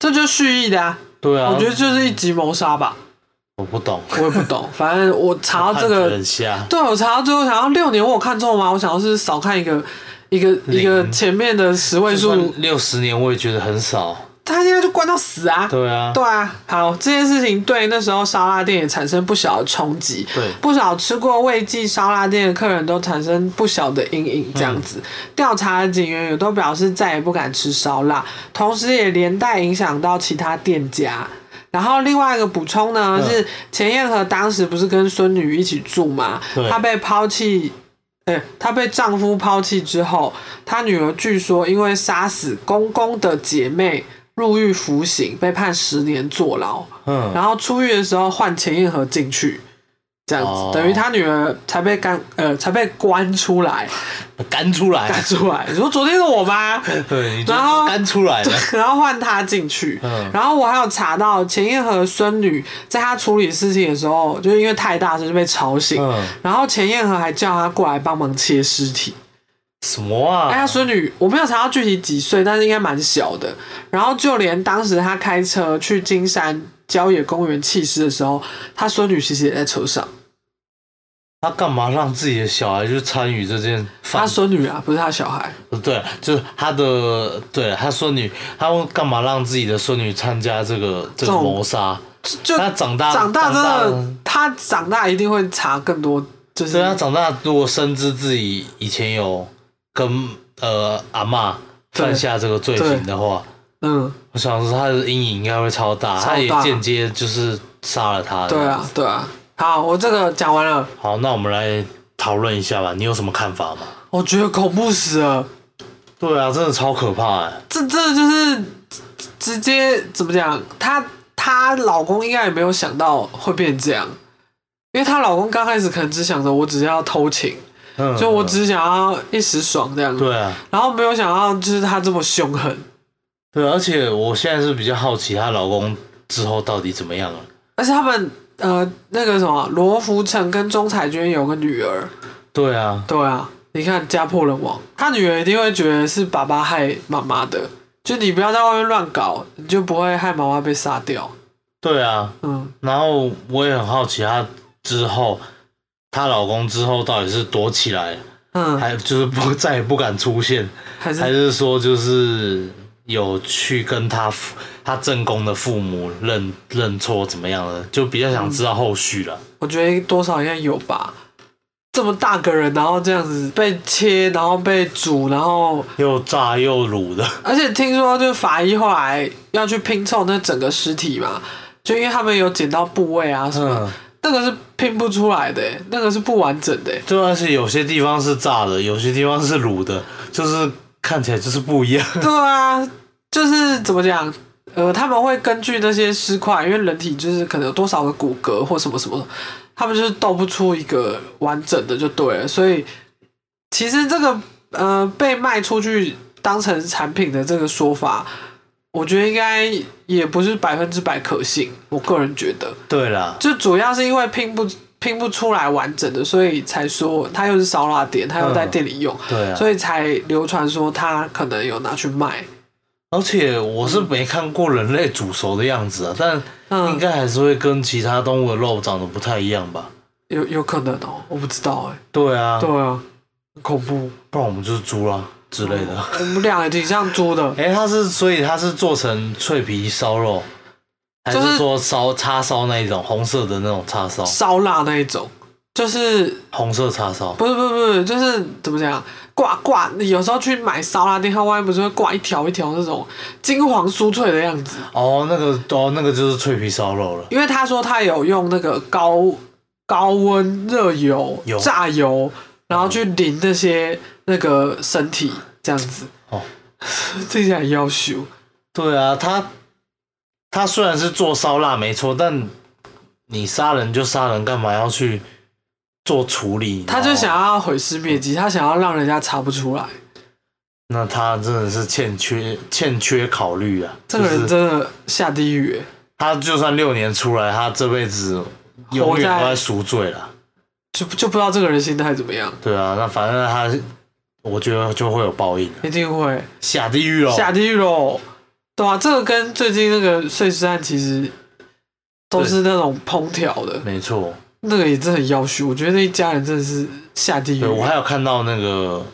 [SPEAKER 2] 这就是蓄意的啊！
[SPEAKER 1] 对啊，
[SPEAKER 2] 我觉得就是一级谋杀吧，
[SPEAKER 1] 我不懂，
[SPEAKER 2] 我也不 懂。反正我查到这
[SPEAKER 1] 判决
[SPEAKER 2] 个
[SPEAKER 1] 很，瞎，
[SPEAKER 2] 对我查到最后想要六年，我有看中吗？我想要是少看一个一个
[SPEAKER 1] 零
[SPEAKER 2] 一个前面的十位数，
[SPEAKER 1] 六十年我也觉得很少。
[SPEAKER 2] 他现在就关到死啊！
[SPEAKER 1] 对啊，
[SPEAKER 2] 对啊，好，这件事情对那时候烧腊店也产生不小的冲击，
[SPEAKER 1] 对
[SPEAKER 2] 不少吃过味记烧腊店的客人都产生不小的阴影。这样子，调查的警员也都表示再也不敢吃烧腊，同时也连带影响到其他店家。然后另外一个补充呢，
[SPEAKER 1] 嗯
[SPEAKER 2] 是钱彦和当时不是跟孙女一起住嘛
[SPEAKER 1] 对，
[SPEAKER 2] 她被抛弃哎、她被丈夫抛弃之后，她女儿据说因为杀死公公的姐妹入狱服刑，被判十年坐牢。
[SPEAKER 1] 嗯，
[SPEAKER 2] 然后出狱的时候换钱彦和进去，这样子，
[SPEAKER 1] 哦
[SPEAKER 2] 等于他女儿才被干呃才被关出来，
[SPEAKER 1] 干出来，
[SPEAKER 2] 赶出来。 你说昨天是我妈，
[SPEAKER 1] 对，你就
[SPEAKER 2] 然后
[SPEAKER 1] 干出来了
[SPEAKER 2] 对，然后换她进去。
[SPEAKER 1] 嗯
[SPEAKER 2] 然后我还有查到钱燕和孙女在她处理事情的时候，就是因为太大声就被吵醒，
[SPEAKER 1] 嗯
[SPEAKER 2] 然后钱燕和还叫她过来帮忙切尸体。
[SPEAKER 1] 什么啊？
[SPEAKER 2] 哎，她孙女我没有查到具体几岁，但是应该蛮小的。然后就连当时她开车去金山郊野公园弃尸的时候，她孙女其实也在车上。
[SPEAKER 1] 他干嘛让自己的小孩去参与这件犯
[SPEAKER 2] 她？孙女啊，不是她小孩。
[SPEAKER 1] 对，就是他的，对他孙女，他会干嘛让自己的孙女参加这个这个
[SPEAKER 2] 种
[SPEAKER 1] 谋杀？
[SPEAKER 2] 就
[SPEAKER 1] 他长大
[SPEAKER 2] 长
[SPEAKER 1] 长
[SPEAKER 2] 大真
[SPEAKER 1] 大
[SPEAKER 2] 的
[SPEAKER 1] 了，
[SPEAKER 2] 他长大一定会查更多，就是
[SPEAKER 1] 对啊他长大如果深知自己以前有跟呃阿嬷犯
[SPEAKER 2] 对
[SPEAKER 1] 下这个罪行的话，
[SPEAKER 2] 嗯，
[SPEAKER 1] 我想是他的阴影应该会超大，
[SPEAKER 2] 超大
[SPEAKER 1] 他也间接就是杀了他。
[SPEAKER 2] 对啊，，对啊。好，我这个讲完了，
[SPEAKER 1] 好，那我们来讨论一下吧，你有什么看法吗？
[SPEAKER 2] 我觉得恐怖死了，
[SPEAKER 1] 对啊，真的超可怕哎、
[SPEAKER 2] 这这就是直直接怎么讲？她她老公应该也没有想到会变这样，因为她老公刚开始可能只想着我只是要偷情，
[SPEAKER 1] 嗯，
[SPEAKER 2] 就我只想要一时爽这样，
[SPEAKER 1] 对啊，
[SPEAKER 2] 然后没有想到就是她这么凶狠，
[SPEAKER 1] 对，啊而且我现在是比较好奇她老公之后到底怎么样了。
[SPEAKER 2] 而且他们呃那个什么罗福成跟钟彩娟有个女儿，
[SPEAKER 1] 对啊，
[SPEAKER 2] 对啊，你看家破人亡，他女儿一定会觉得是爸爸害妈妈的，就你不要在外面乱搞，你就不会害妈妈被杀掉。
[SPEAKER 1] 对啊，
[SPEAKER 2] 嗯，
[SPEAKER 1] 然后我也很好奇她之后，她老公之后到底是躲起来，
[SPEAKER 2] 嗯，
[SPEAKER 1] 还就是不再也不敢出现，
[SPEAKER 2] 还
[SPEAKER 1] 还
[SPEAKER 2] 是
[SPEAKER 1] 是说就是有去跟她父她正宫的父母认认错怎么样的，就比较想知道后续了。
[SPEAKER 2] 我觉得多少应该有吧。这么大个人，然后这样子被切，然后被煮，然后
[SPEAKER 1] 又炸又卤的，
[SPEAKER 2] 而且听说就是法医后来要去拼凑那整个尸体嘛，就因为他们有捡到部位啊什么，
[SPEAKER 1] 嗯，
[SPEAKER 2] 那个是拼不出来的，欸那个是不完整 的。欸
[SPEAKER 1] 对啊，而且有些地方是炸的，有些地方是卤的，就是看起来就是不一样。
[SPEAKER 2] 对啊，就是怎么讲？呃，他们会根据那些尸块，因为人体就是可能有多少个骨骼或什么什么，他们就是斗不出一个完整的就对了。所以其实这个呃被卖出去当成产品的这个说法，我觉得应该也不是百分之百可信。我个人觉得，
[SPEAKER 1] 对啦，
[SPEAKER 2] 就主要是因为拼不拼不出来完整的，所以才说它又是烧腊店，它又在店里用，
[SPEAKER 1] 对啊，
[SPEAKER 2] 所以才流传说他可能有拿去卖。
[SPEAKER 1] 而且我是没看过人类煮熟的样子啊，但应
[SPEAKER 2] 嗯，
[SPEAKER 1] 该还是会跟其他动物的肉长得不太一样吧？
[SPEAKER 2] 有有可能哦、我不知道哎、
[SPEAKER 1] 对啊，
[SPEAKER 2] 对啊，很恐怖，
[SPEAKER 1] 不然我们就是猪啦之类的。
[SPEAKER 2] 我们俩也挺像猪的，
[SPEAKER 1] 哎、它是所以它是做成脆皮烧肉，还
[SPEAKER 2] 就是是
[SPEAKER 1] 说烧叉烧那一种红色的那种叉烧，
[SPEAKER 2] 烧腊那一种，就是
[SPEAKER 1] 红色叉烧？
[SPEAKER 2] 不是不是不是，就是怎么讲，啊挂挂，你有时候去买烧腊店，它外面不是会挂一条一条那种金黄酥脆的样子，
[SPEAKER 1] 哦，那个哦，那个就是脆皮烧肉了。
[SPEAKER 2] 因为他说他有用那个高高温热油
[SPEAKER 1] 油嗯
[SPEAKER 2] 炸油，然后去淋那些那个身体这样子，
[SPEAKER 1] 哦，
[SPEAKER 2] 听起来很要求。
[SPEAKER 1] 对啊，它它虽然是做烧腊没错，但你杀人就杀人，干嘛要去做处理？
[SPEAKER 2] 他就
[SPEAKER 1] 然后
[SPEAKER 2] 想要毁尸灭迹，他想要让人家查不出来。
[SPEAKER 1] 那他真的是欠缺欠缺考虑啊！
[SPEAKER 2] 这个人
[SPEAKER 1] 就是、
[SPEAKER 2] 真的下地狱、欸，
[SPEAKER 1] 他就算六年出来，他这辈子永远都
[SPEAKER 2] 活
[SPEAKER 1] 在
[SPEAKER 2] 在
[SPEAKER 1] 赎罪了。
[SPEAKER 2] 就就不知道这个人心态怎么样，
[SPEAKER 1] 对啊，那反正他，我觉得就会有报应，
[SPEAKER 2] 一定会
[SPEAKER 1] 下地狱哦。
[SPEAKER 2] 下地狱喽。对啊，这个跟最近那个碎尸案其实都是那种烹调的，
[SPEAKER 1] 没错，
[SPEAKER 2] 那个也真的很要虚。我觉得那一家人真的是下地狱
[SPEAKER 1] 对。我还有看到那个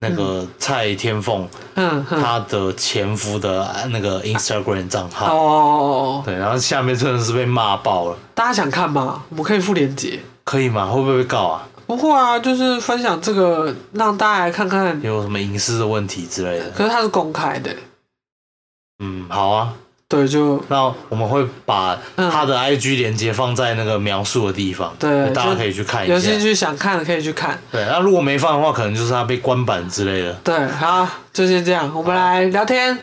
[SPEAKER 1] 那个蔡天凤、
[SPEAKER 2] 嗯哼，哦
[SPEAKER 1] 她的前夫的那个 Instagram 账
[SPEAKER 2] 哦
[SPEAKER 1] 号，
[SPEAKER 2] 哦，哦
[SPEAKER 1] 对，然后下面真的是被骂爆了，
[SPEAKER 2] 大家想看吗？我们可以附链接。
[SPEAKER 1] 可以吗？会不会被告啊？
[SPEAKER 2] 不会啊，就是分享这个让大家来看看。
[SPEAKER 1] 有什么隐私的问题之类的？
[SPEAKER 2] 可是它是公开的欸、
[SPEAKER 1] 嗯，好啊，
[SPEAKER 2] 对，就
[SPEAKER 1] 那我们会把
[SPEAKER 2] 嗯
[SPEAKER 1] 他的 IG 连接放在那个描述的地方，
[SPEAKER 2] 对
[SPEAKER 1] 大家
[SPEAKER 2] 就
[SPEAKER 1] 可以去看一
[SPEAKER 2] 有
[SPEAKER 1] 下
[SPEAKER 2] 兴。趣想看的可以去看。
[SPEAKER 1] 对，那如果没放的话，可能就是他被关版之类的。
[SPEAKER 2] 对，好，就先这样，我们来聊天。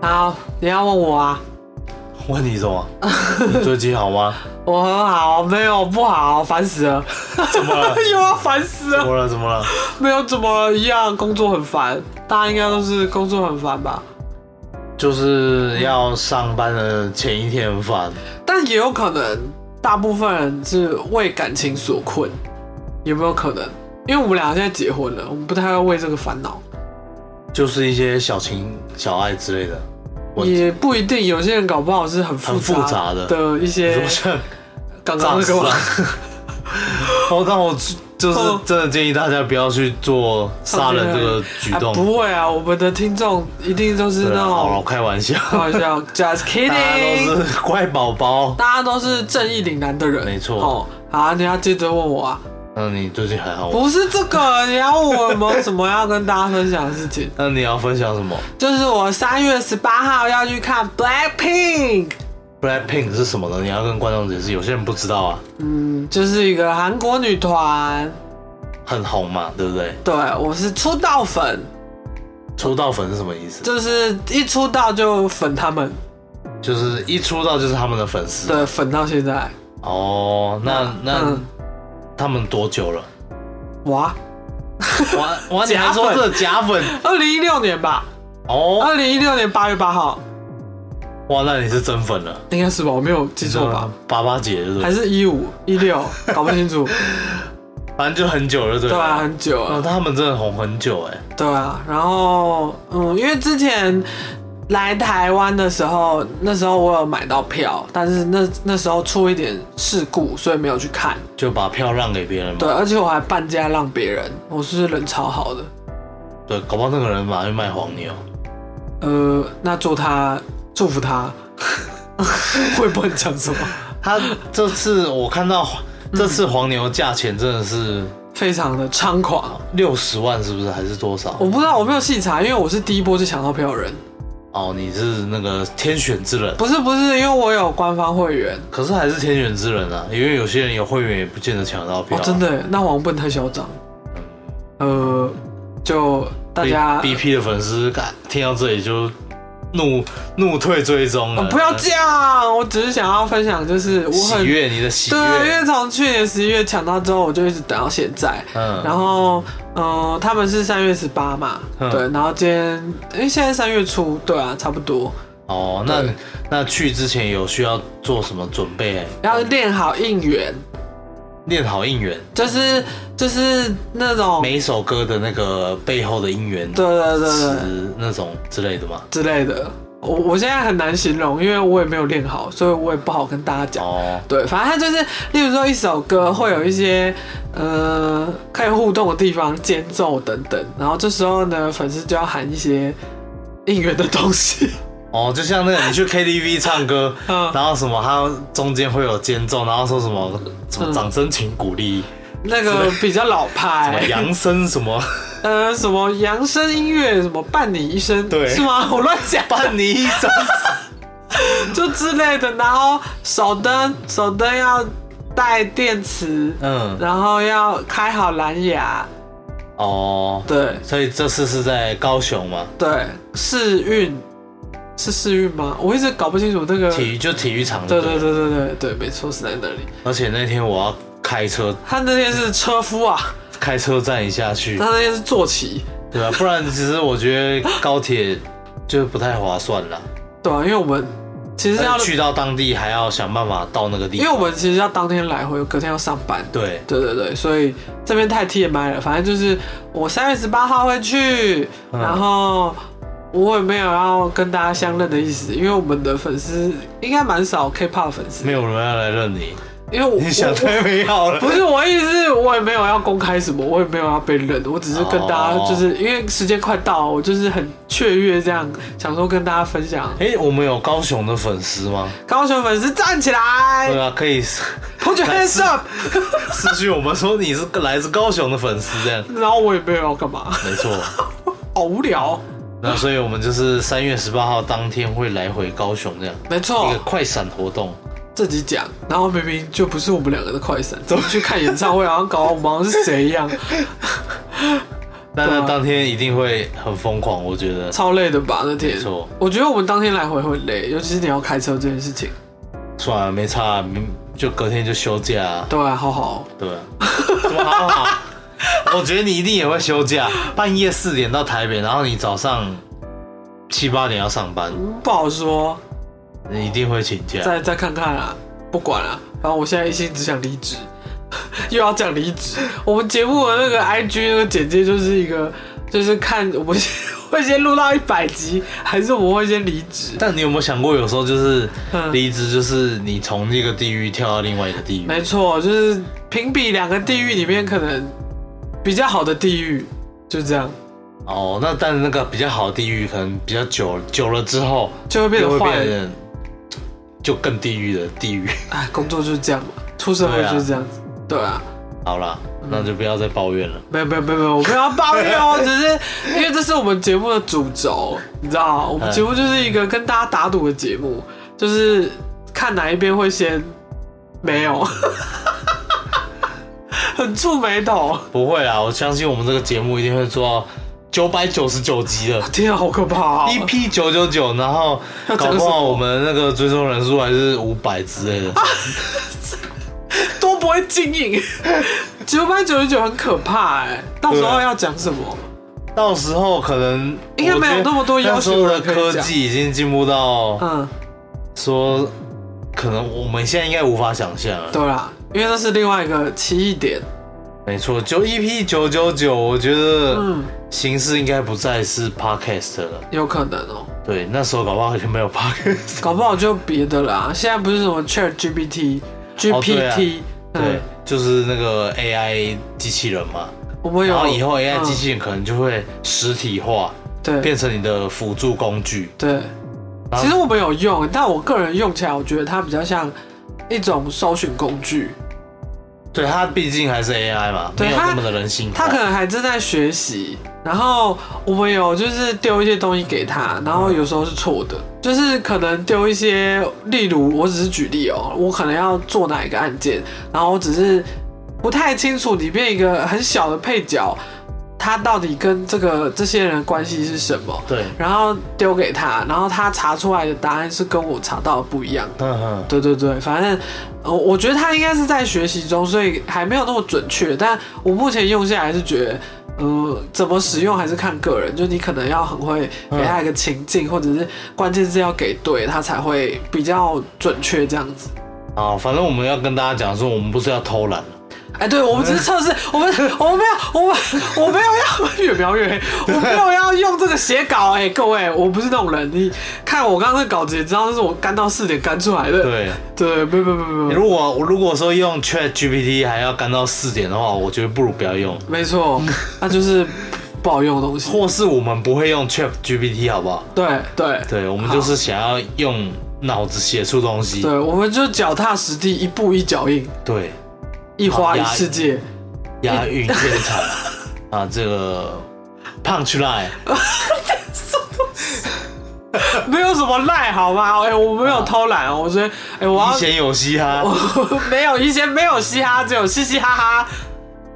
[SPEAKER 2] 好，你要问我啊？
[SPEAKER 1] 问你什么？ 你最近好吗？
[SPEAKER 2] 我很好，没有不好，烦死了，
[SPEAKER 1] 怎么了？
[SPEAKER 2] 又要烦死
[SPEAKER 1] 怎
[SPEAKER 2] 了，
[SPEAKER 1] 么了？怎么了？
[SPEAKER 2] 没有怎么了一样，工作很烦，大家应该都是工作很烦吧？
[SPEAKER 1] 就是要上班的前一天很烦，
[SPEAKER 2] 但也有可能，大部分人是为感情所困，有没有可能？因为我们俩现在结婚了，我们不太会为这个烦恼，
[SPEAKER 1] 就是一些小情小爱之类的问题。
[SPEAKER 2] 也不一定。有些人搞不好是很复
[SPEAKER 1] 很复杂的
[SPEAKER 2] 的一
[SPEAKER 1] 你说
[SPEAKER 2] 些
[SPEAKER 1] 像
[SPEAKER 2] 刚刚
[SPEAKER 1] 诈
[SPEAKER 2] 那
[SPEAKER 1] 尸
[SPEAKER 2] 个 嘛哎
[SPEAKER 1] 啊，哦，但我就是
[SPEAKER 2] 哦
[SPEAKER 1] 真的建议大家不要去做杀人这个举
[SPEAKER 2] 啊
[SPEAKER 1] 动。
[SPEAKER 2] 不会啊，我们的听众一定都是
[SPEAKER 1] 对
[SPEAKER 2] 那
[SPEAKER 1] 啊好了，我
[SPEAKER 2] 种
[SPEAKER 1] 开玩笑，
[SPEAKER 2] 开玩 笑，just
[SPEAKER 1] 大家
[SPEAKER 2] kidding，
[SPEAKER 1] 都是乖宝宝。
[SPEAKER 2] 大家都是正义凛然的人，
[SPEAKER 1] 没错
[SPEAKER 2] 哦，好，你要接着问我啊，
[SPEAKER 1] 那你最近还好吗？
[SPEAKER 2] 不是这个，你要问我有没有什么要跟大家分享的事情？
[SPEAKER 1] 那你要分享什么
[SPEAKER 2] 就是我三月十八号要去看 Blackpink，
[SPEAKER 1] ？Blackpink 是什么呢？你要跟观众解释，有些人不知道啊，
[SPEAKER 2] 嗯，就是一个韩国女团，
[SPEAKER 1] 很红嘛，对不对？
[SPEAKER 2] 对我是出道粉，
[SPEAKER 1] 出道粉是什么意思？
[SPEAKER 2] 就是一出道就粉他们，
[SPEAKER 1] 就是一出道就是他们的粉丝。
[SPEAKER 2] 对，粉到现在，
[SPEAKER 1] 哦，那那
[SPEAKER 2] 嗯
[SPEAKER 1] 他们多久 了？
[SPEAKER 2] 哇，
[SPEAKER 1] 哇哇，你还
[SPEAKER 2] 假
[SPEAKER 1] 说
[SPEAKER 2] 粉啊
[SPEAKER 1] 这假粉？
[SPEAKER 2] 二零一六年吧，
[SPEAKER 1] 哦，
[SPEAKER 2] 二零一六年八月八号，
[SPEAKER 1] 哇，那你是真粉了。
[SPEAKER 2] 应该是吧，我没有记错吧？？
[SPEAKER 1] 八八节是不
[SPEAKER 2] 还
[SPEAKER 1] 是？
[SPEAKER 2] 是一五一六，搞不清楚。
[SPEAKER 1] 反正就很久了，对
[SPEAKER 2] 对
[SPEAKER 1] 吧？
[SPEAKER 2] 啊，很久
[SPEAKER 1] 哦，
[SPEAKER 2] 了。
[SPEAKER 1] 他们真的红很久哎、
[SPEAKER 2] 对啊，然后嗯，因为之前来台湾的时候，那时候我有买到票，但是那那时候出一点事故，所以没有去看。
[SPEAKER 1] 就把票让给别人嘛。
[SPEAKER 2] 对，而且我还半价让别人，我是人超好的。
[SPEAKER 1] 对，搞不好那个人马上就卖黄牛。
[SPEAKER 2] 呃，那祝他祝福他， 会不会讲什么？
[SPEAKER 1] 他这次我看到
[SPEAKER 2] 嗯
[SPEAKER 1] 这次黄牛价钱真的是
[SPEAKER 2] 非常的猖狂，
[SPEAKER 1] 六十万，是不是还是多少？
[SPEAKER 2] 我不知道，我没有细查，因为我是第一波就抢到票的人，
[SPEAKER 1] 哦，你是那个天选之人，
[SPEAKER 2] 不是不是，因为我有官方会员。
[SPEAKER 1] 可是还是天选之人啊，因为有些人有会员也不见得抢得到票
[SPEAKER 2] 哦
[SPEAKER 1] 啊、，
[SPEAKER 2] 真的耶，那王笨太嚣张。呃，就大
[SPEAKER 1] B-
[SPEAKER 2] 家
[SPEAKER 1] BP 的粉丝感听到这里就怒怒退追踪啊了、
[SPEAKER 2] 哦不要这样，我只是想要分享，就是我
[SPEAKER 1] 喜
[SPEAKER 2] 很
[SPEAKER 1] 悦你的喜
[SPEAKER 2] 对，啊因
[SPEAKER 1] 悦，
[SPEAKER 2] 为从去年十一月抢到之后，我就一直等到现在。
[SPEAKER 1] 嗯
[SPEAKER 2] 然后，嗯、他们是三月十八嘛，
[SPEAKER 1] 嗯
[SPEAKER 2] 对，然后今天，因为现在三月初，对啊，差不多，
[SPEAKER 1] 哦，那
[SPEAKER 2] 对
[SPEAKER 1] 那去之前有需要做什么准备？
[SPEAKER 2] 要练好应援，
[SPEAKER 1] 练好应援，
[SPEAKER 2] 就是就是那种，
[SPEAKER 1] 每一首歌的那个背后的应援
[SPEAKER 2] 对对对对，
[SPEAKER 1] 词那种之类的嘛。
[SPEAKER 2] 之类的。我我现在很难形容，因为我也没有练好，所以我也不好跟大家讲。
[SPEAKER 1] 哦，
[SPEAKER 2] 对，反正它就是，例如说一首歌会有一些呃可以互动的地方，间奏等等，然后这时候呢，粉丝就要喊一些应援的东西，
[SPEAKER 1] 哦，就像那个你去 KTV 唱歌，
[SPEAKER 2] 嗯
[SPEAKER 1] 然后什么，它中间会有间奏，然后说什么什么
[SPEAKER 2] 嗯
[SPEAKER 1] 掌声请鼓励，
[SPEAKER 2] 那个比较老
[SPEAKER 1] 什么
[SPEAKER 2] 派，
[SPEAKER 1] 扬声什么
[SPEAKER 2] 呃，什么扬声音乐，什么伴你一生，
[SPEAKER 1] 对
[SPEAKER 2] 是吗？我乱讲，
[SPEAKER 1] 伴你一 生，
[SPEAKER 2] 就之类的，然后手灯，手灯要带电池，
[SPEAKER 1] 嗯，
[SPEAKER 2] 然后要开好蓝牙，
[SPEAKER 1] 哦，
[SPEAKER 2] 对
[SPEAKER 1] 所以这次是在高雄嘛，
[SPEAKER 2] 对，试运是试运吗？我一直搞不清楚那个
[SPEAKER 1] 体育就体育场，
[SPEAKER 2] 对对，对对对对，没错是在那里。
[SPEAKER 1] 而且那天我要开车
[SPEAKER 2] 他那天是车夫啊，
[SPEAKER 1] 开车站一下去
[SPEAKER 2] 他，那天是坐骑，
[SPEAKER 1] 对吧、不然其实我觉得高铁就不太划算啦。
[SPEAKER 2] 对吧、因为我们其实要，
[SPEAKER 1] 去到当地还要想办法到那个地
[SPEAKER 2] 因为
[SPEAKER 1] 方。
[SPEAKER 2] 我们其实要当天来回，隔天要上班。
[SPEAKER 1] 对，
[SPEAKER 2] 对对对，所以这边太 TMI 了。反正就是我三月十八号会去，
[SPEAKER 1] 嗯
[SPEAKER 2] 然后我也没有要跟大家相认的意思，因为我们的粉丝应该蛮少 K-pop 粉丝，
[SPEAKER 1] 没有人要来认你，
[SPEAKER 2] 因为我
[SPEAKER 1] 你想
[SPEAKER 2] 我
[SPEAKER 1] 太美好了。
[SPEAKER 2] 不是我意思是，我也没有要公开什么，我也没有要被认，我只是跟大
[SPEAKER 1] 哦
[SPEAKER 2] 家就是、因为时间快到了，我就是很雀跃这样，想说跟大家分享。
[SPEAKER 1] 哎、我们有高雄的粉丝吗？
[SPEAKER 2] 高雄粉丝站起来
[SPEAKER 1] 对，啊，可以私
[SPEAKER 2] 同学 hands up。
[SPEAKER 1] 私讯我们说你是来自高雄的粉丝这样。
[SPEAKER 2] 然后我也没有要干嘛，
[SPEAKER 1] 没错，
[SPEAKER 2] 好无聊。
[SPEAKER 1] 那所以我们就是三月十八号当天会来回高雄这样
[SPEAKER 2] 没
[SPEAKER 1] 一
[SPEAKER 2] 错
[SPEAKER 1] 个，快闪活动。
[SPEAKER 2] 自己讲，然后明明就不 是我们两个的快闪，怎么去看演唱会，好像搞得我们好像是谁一样。
[SPEAKER 1] 那那当天一定会很疯狂，我觉得。
[SPEAKER 2] 超累的吧那天
[SPEAKER 1] 没错。
[SPEAKER 2] 我觉得我们当天来回会累，尤其是你要开车这件事情。
[SPEAKER 1] 算了，没差啊，明就隔天就休假啊。
[SPEAKER 2] 对啊，好好。
[SPEAKER 1] 对啊，怎么好好？我觉得你一定也会休假，半夜四点到台北，然后你早上七八点要上班，
[SPEAKER 2] 不好说，
[SPEAKER 1] 你一定会请假。
[SPEAKER 2] 再再看看啦，不管啦，反正我现在一心只想离职， 又要讲离职。我们节目的那个 IG 那个简介就是一个，就是看我们先 会先录到一百集，还是我们会先离职？
[SPEAKER 1] 但你有没有想过，有时候就是
[SPEAKER 2] 嗯
[SPEAKER 1] 离职，就是你从一个地狱跳到另外一个地狱？
[SPEAKER 2] 没错，就是评比两个地狱里面可能比较好的地狱，就这样
[SPEAKER 1] 哦，那但那个比较好的地狱，可能比较久久了之后，
[SPEAKER 2] 就会变
[SPEAKER 1] 就
[SPEAKER 2] 得
[SPEAKER 1] 会
[SPEAKER 2] 坏
[SPEAKER 1] 变
[SPEAKER 2] 人。
[SPEAKER 1] 成就更地狱的地狱。
[SPEAKER 2] 哎，工作就是这样嘛，出社会
[SPEAKER 1] 对啊
[SPEAKER 2] 就是这样子。对啊，
[SPEAKER 1] 好啦，
[SPEAKER 2] 嗯
[SPEAKER 1] 那就不要再抱怨了。
[SPEAKER 2] 没有没有没有没有，我没有要抱怨 哦，只是因为这是我们节目的主轴，你知道，我们
[SPEAKER 1] 嗯
[SPEAKER 2] 节目就是一个跟大家打赌的节目，就是看哪一边会先没有， 很触眉头，
[SPEAKER 1] 不会啦，我相信我们这个节目一定会做到九百九十九集的。
[SPEAKER 2] 天啊，好可怕、哦！
[SPEAKER 1] EP 九九九，然后
[SPEAKER 2] 要整
[SPEAKER 1] 搞不
[SPEAKER 2] 个什
[SPEAKER 1] 好
[SPEAKER 2] 么啊
[SPEAKER 1] 我们那个追踪人数还是五百之 类的。
[SPEAKER 2] 多不会经营，九百九十九很可怕哎、到时候要讲什么？
[SPEAKER 1] 到时候可能
[SPEAKER 2] 应该没有
[SPEAKER 1] 我觉得
[SPEAKER 2] 那么多要求
[SPEAKER 1] 那时候的
[SPEAKER 2] 的可以
[SPEAKER 1] 科
[SPEAKER 2] 讲
[SPEAKER 1] 技已经进步到
[SPEAKER 2] 嗯，
[SPEAKER 1] 说，可能我们现在应该无法想象啊了。
[SPEAKER 2] 对啦，因为那是另外一个奇异点，
[SPEAKER 1] 没错，就 EP 九九九，我觉得
[SPEAKER 2] 嗯，
[SPEAKER 1] 形式应该不再是 podcast 了。
[SPEAKER 2] 有可能哦、
[SPEAKER 1] 对，那时候搞不好就没有 podcast。
[SPEAKER 2] 搞不好就别的啦。现在不是什么 Chat GPT、GPT，、
[SPEAKER 1] 哦啊
[SPEAKER 2] 嗯
[SPEAKER 1] 对，，就是那个 AI 机器人嘛，
[SPEAKER 2] 我们有
[SPEAKER 1] 然后以后 AI
[SPEAKER 2] 嗯
[SPEAKER 1] 机器人可能就会实体化，
[SPEAKER 2] 对
[SPEAKER 1] 变成你的辅助工具。
[SPEAKER 2] 对，
[SPEAKER 1] 然后
[SPEAKER 2] 其实我们有用，但我个人用起来，我觉得它比较像一种搜寻工具，
[SPEAKER 1] 对，它毕竟还是 AI 嘛，
[SPEAKER 2] 对
[SPEAKER 1] 没有
[SPEAKER 2] 它
[SPEAKER 1] 那么的人性化。
[SPEAKER 2] 它可能还正在学习。然后我们有就是丢一些东西给他，然后有时候是错的，就是可能丢一些，例如我只是举例哦，我可能要做哪一个按键，然后我只是不太清楚里面一个很小的配角，他到底跟这个这些人的关系是什么，
[SPEAKER 1] 对，
[SPEAKER 2] 然后丢给他，然后他查出来的答案是跟我查到的不一样。
[SPEAKER 1] 嗯哼，
[SPEAKER 2] 对对对，反正呃，我觉得他应该是在学习中，所以还没有那么准确。但我目前用下来是觉得，呃，怎么使用还是看个人，就你可能要很会给他一个情境，或者是关键字要给对，他才会比较准确这样子。
[SPEAKER 1] 好，反正我们要跟大家讲说，我们不是要偷懒，
[SPEAKER 2] 哎，对，我们只是测试，我们 我们没有，我们我没有要越描越黑，我没有要用这个写稿。哎，各位，我不是那种人，你看我刚刚这稿子也知道，这是我干到四点干出来的。
[SPEAKER 1] 对。
[SPEAKER 2] 对，不不不不不，
[SPEAKER 1] 如果我如果说用 Chat GPT 还要干到四点的话，我觉得不如不要用，
[SPEAKER 2] 没错，那就是不好用的东西。
[SPEAKER 1] 或是我们不会用 Chat GPT 好不好？
[SPEAKER 2] 对对
[SPEAKER 1] 对，我们就是想要用脑子写出东西。
[SPEAKER 2] 对，我们就脚踏实地，一步一脚印，
[SPEAKER 1] 对，
[SPEAKER 2] 一花一
[SPEAKER 1] 好压抑
[SPEAKER 2] 世界。
[SPEAKER 1] 押韵天 才啊，这个 punch line
[SPEAKER 2] 啊没有什么赖，好吗？哎、我没有偷懒哦，我觉得，哎、我
[SPEAKER 1] 以
[SPEAKER 2] 要。
[SPEAKER 1] 前有嘻哈，
[SPEAKER 2] 我 没有以前没有嘻哈，只有嘻嘻哈哈。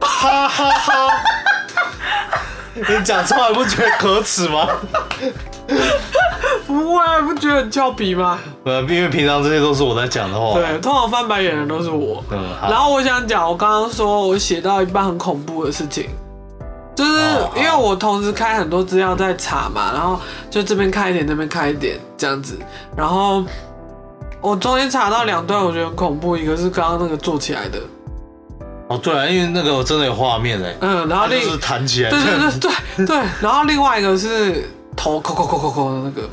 [SPEAKER 1] 哈哈哈。 你讲出来不觉得可耻吗？
[SPEAKER 2] 不会，啊不觉得很俏皮吗？
[SPEAKER 1] 呃，因为平常这些都是我在讲的话。
[SPEAKER 2] 对，通常翻白眼的都是我。
[SPEAKER 1] 嗯，好
[SPEAKER 2] 然后我想讲，我刚刚说我写到一半很恐怖的事情，就是
[SPEAKER 1] 哦好
[SPEAKER 2] 因为我同时开很多资料在查嘛，然后就这边看一点，那边看一点这样子，然后我中间查到两段，我觉得很恐怖，一个是刚刚那个做起来的，
[SPEAKER 1] 哦，对啊，因为那个我真的有画面哎，
[SPEAKER 2] 嗯，然后
[SPEAKER 1] 它
[SPEAKER 2] 另
[SPEAKER 1] 就是弹起来，
[SPEAKER 2] 对对 对对对，然后另外一个是头扣扣扣扣扣的那个，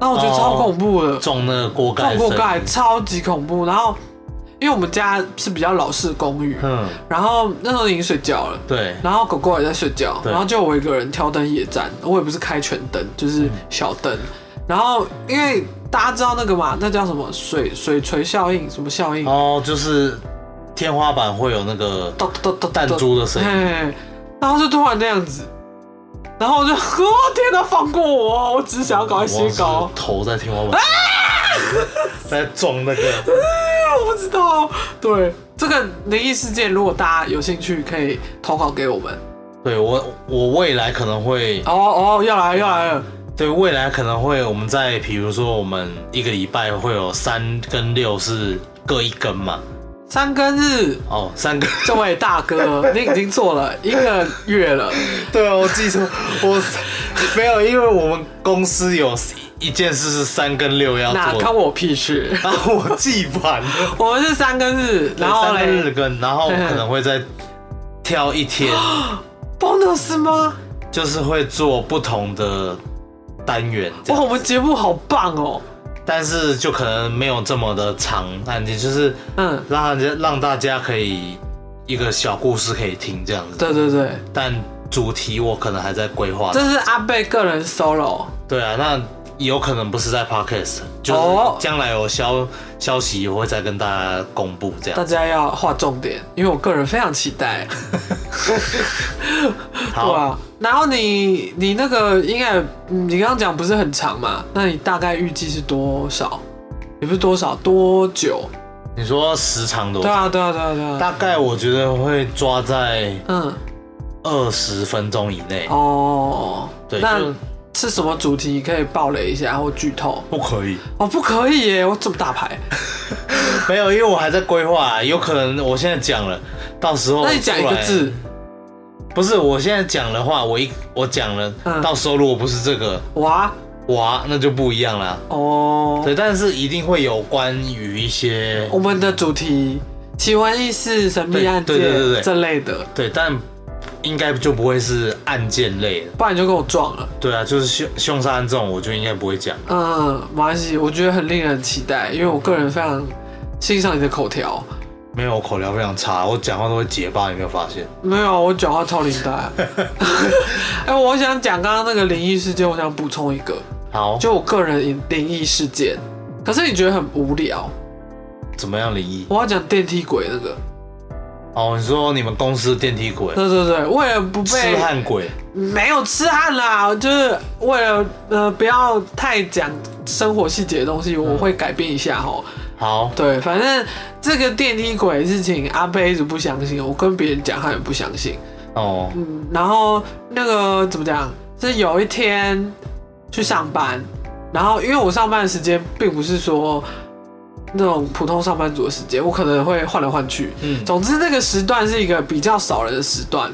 [SPEAKER 2] 那我觉得超恐怖的，
[SPEAKER 1] 撞那个锅盖，
[SPEAKER 2] 撞过盖，超级恐怖，然后。因为我们家是比较老式公寓，
[SPEAKER 1] 嗯，
[SPEAKER 2] 然后那时候已经睡觉了，
[SPEAKER 1] 对，
[SPEAKER 2] 然后狗狗也在睡觉，
[SPEAKER 1] 对
[SPEAKER 2] 然后就我一个人挑灯夜战，我也不是开全灯，
[SPEAKER 1] 嗯
[SPEAKER 2] 就是小灯。然后因为大家知道那个嘛，那叫什么水水锤效应，什么效应？
[SPEAKER 1] 哦，就是天花板会有那个
[SPEAKER 2] 咚咚咚咚
[SPEAKER 1] 弹珠的声音，
[SPEAKER 2] 嘿，然后就突然那样子，然后我就， 哦天哪，放过我！我只是想要赶快写稿
[SPEAKER 1] 我是，头在天花板， 在撞那个，
[SPEAKER 2] 我不知道。对，这个灵异事件，如果大家有兴趣，可以投稿给我们。
[SPEAKER 1] 对我，我未来可能会，
[SPEAKER 2] 哦哦，要来了要来了，
[SPEAKER 1] 对未来可能会，我们在比如说我们一个礼拜会有三跟六是各一根嘛，
[SPEAKER 2] 三更日，
[SPEAKER 1] 哦，三根，
[SPEAKER 2] 这位大哥，你已经做了一个月了，
[SPEAKER 1] 对啊，我记错，我没有，因为我们公司有一件事是三跟六要
[SPEAKER 2] 那关
[SPEAKER 1] 啊做，
[SPEAKER 2] 我屁事。
[SPEAKER 1] 然后我记反了。
[SPEAKER 2] 我们是三更日，
[SPEAKER 1] 然
[SPEAKER 2] 然后
[SPEAKER 1] 后嘞，日
[SPEAKER 2] 嘞
[SPEAKER 1] 更，然后我
[SPEAKER 2] 嗯
[SPEAKER 1] 可能会再挑一 天，
[SPEAKER 2] ，bonus 吗？
[SPEAKER 1] 就是会做不同的单元这
[SPEAKER 2] 哇，
[SPEAKER 1] 样，
[SPEAKER 2] 我们节目好棒哦。
[SPEAKER 1] 但是就可能没有这么的长，但你就是
[SPEAKER 2] 嗯，
[SPEAKER 1] 让人家让大家可以一个小故事可以听这样子，
[SPEAKER 2] 对对对，
[SPEAKER 1] 但主题我可能还在规划。
[SPEAKER 2] 这是阿贝个人 solo。
[SPEAKER 1] 对啊，那有可能不是在 podcast，就是
[SPEAKER 2] 哦
[SPEAKER 1] 将来有消消息我会再跟大家公布这
[SPEAKER 2] 大
[SPEAKER 1] 样。
[SPEAKER 2] 家要划重点，因为我个人非常期待。对
[SPEAKER 1] 好，
[SPEAKER 2] 啊，然后你你那个应该，嗯你刚刚讲不是很长嘛？那你大概预计是多少？也不是多少，多久？
[SPEAKER 1] 你说时长多
[SPEAKER 2] 对
[SPEAKER 1] 少？
[SPEAKER 2] 啊，对啊，对啊，对啊。
[SPEAKER 1] 大概我觉得会抓在
[SPEAKER 2] 嗯，
[SPEAKER 1] 二十分钟以内，
[SPEAKER 2] 哦，
[SPEAKER 1] 对，
[SPEAKER 2] 那
[SPEAKER 1] 就是
[SPEAKER 2] 什么主题？可以爆雷一下或剧透？
[SPEAKER 1] 不可以。
[SPEAKER 2] 哦，不可以耶！我这么大牌，
[SPEAKER 1] 没有，因为我还在规划，有可能我现在讲了，到时候
[SPEAKER 2] 那你讲一
[SPEAKER 1] 出
[SPEAKER 2] 个
[SPEAKER 1] 来
[SPEAKER 2] 字，
[SPEAKER 1] 不是，我现在讲的话，我一我讲了，
[SPEAKER 2] 嗯
[SPEAKER 1] 到时候如果不是这个
[SPEAKER 2] 哇，
[SPEAKER 1] 哇，那就不一样啦。
[SPEAKER 2] 哦，
[SPEAKER 1] 对，但是一定会有关于一些
[SPEAKER 2] 我们的主题奇闻异事、神秘
[SPEAKER 1] 对
[SPEAKER 2] 案
[SPEAKER 1] 对对对
[SPEAKER 2] 件
[SPEAKER 1] 对
[SPEAKER 2] 这类的，
[SPEAKER 1] 对，但应该就不会是案件类的。
[SPEAKER 2] 不然你就跟我撞了。
[SPEAKER 1] 对啊，就是凶凶杀案这种，我就应该不会讲。
[SPEAKER 2] 嗯，没关系，我觉得很令人期待，因为我个人非常欣赏你的口条。
[SPEAKER 1] 没有，我口条非常差，我讲话都会结巴，有没有发现？
[SPEAKER 2] 没有，啊我讲话超灵呆。 哎、我想讲刚刚那个灵异事件，我想补充一个，
[SPEAKER 1] 好，就
[SPEAKER 2] 就我个人灵灵异事件。可是你觉得很无聊，
[SPEAKER 1] 怎么样，灵异？
[SPEAKER 2] 我要讲电梯鬼那个。
[SPEAKER 1] 哦，你说你们公司电梯鬼、
[SPEAKER 2] 对对对，为了不
[SPEAKER 1] 痴
[SPEAKER 2] 被
[SPEAKER 1] 汉鬼，
[SPEAKER 2] 没有痴汉啦，就是为了呃不要太讲生活细节的东西，我会改变一下哈。
[SPEAKER 1] 好，
[SPEAKER 2] 对，反正这个电梯鬼的事情，阿贝一直不相信，我跟别人讲他也不相信。
[SPEAKER 1] 哦，
[SPEAKER 2] 嗯，然后那个怎么讲？是有一天去上班，然后因为我上班的时间并不是说那种普通上班族的时间，我可能会换来换去。
[SPEAKER 1] 嗯，
[SPEAKER 2] 总之，那个时段是一个比较少人的时段。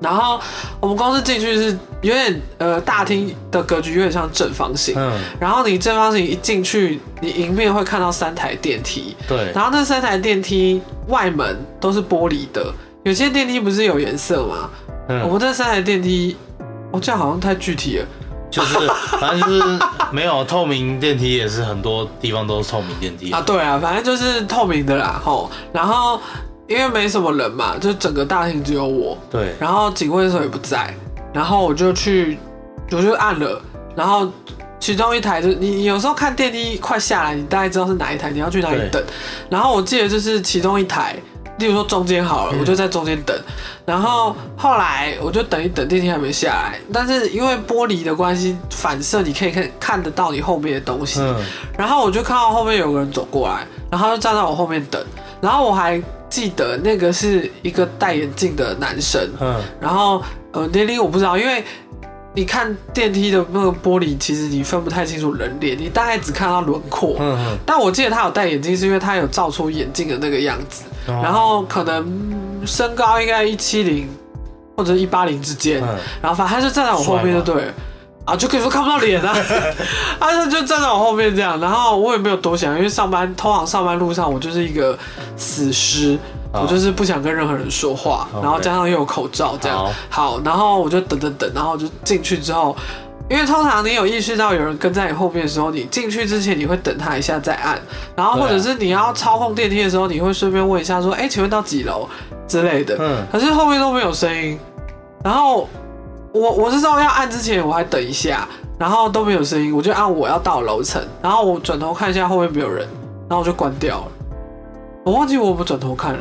[SPEAKER 2] 然后我们公司进去是有点呃，大厅的格局有点像正方形。
[SPEAKER 1] 嗯，
[SPEAKER 2] 然后你正方形一进去，你迎面会看到三台电梯，
[SPEAKER 1] 对，
[SPEAKER 2] 然后那三台电梯外门都是玻璃的，有些电梯不是有颜色吗？我
[SPEAKER 1] 嗯，
[SPEAKER 2] 们这三台电梯，哦，这样好像太具体了。
[SPEAKER 1] 就是反正就是没有透明电梯，也是很多地方都是透明电梯
[SPEAKER 2] 啊，。对啊，反正就是透明的啦，吼。然后因为没什么人嘛，就整个大厅只有我，
[SPEAKER 1] 对，
[SPEAKER 2] 然后警卫手也不在，然后我就去，我就按了，然后其中一台就你你有时候看电梯快下来，你大概知道是哪一台，你要去哪里
[SPEAKER 1] 对嗯
[SPEAKER 2] 等。然后我记得就是其中一台，例如说中间好了，我就在中间等。然后后来我就等一等，电梯还没下来，但是因为玻璃的关系，反射你可以看看得到你后面的东西。
[SPEAKER 1] 嗯，
[SPEAKER 2] 然后我就看到后面有个人走过来，然后他就站在我后面等。然后我还记得那个是一个戴眼镜的男生，
[SPEAKER 1] 嗯，
[SPEAKER 2] 然后呃年龄我不知道，因为你看电梯的那个玻璃，其实你分不太清楚人脸，你大概只看到轮廓。
[SPEAKER 1] 嗯，
[SPEAKER 2] 但我记得他有戴眼镜，是因为他有照出眼镜的那个样子，
[SPEAKER 1] 嗯
[SPEAKER 2] 然，后可能身高应该一七零或者一八零之间，
[SPEAKER 1] 嗯，
[SPEAKER 2] 然后反正他就站在我后面就对了。啊，就可以说看不到脸 啊，啊，他就站在我后面这样，然后我也没有多想，因为上班通常上班路上我就是一个死尸，
[SPEAKER 1] 哦
[SPEAKER 2] 我就是不想跟任何人说话，
[SPEAKER 1] OK
[SPEAKER 2] 然后加上又有口罩这样
[SPEAKER 1] 好，
[SPEAKER 2] 好，然后我就等等等，然后我就进去之后，因为通常你有意识到有人跟在你后面的时候，你进去之前你会等他一下再按，然后或者
[SPEAKER 1] 对啊
[SPEAKER 2] 是你要操控电梯的时候，你会顺便问一下说，哎、请问到几楼之类的，
[SPEAKER 1] 嗯，
[SPEAKER 2] 可是后面都没有声音。然后我我是道要按之前我还等一下，然后都没有声音，我就按我要到楼层，然后我转头看一下后面没有人，然后我就关掉了。我忘记我有没有转头看了。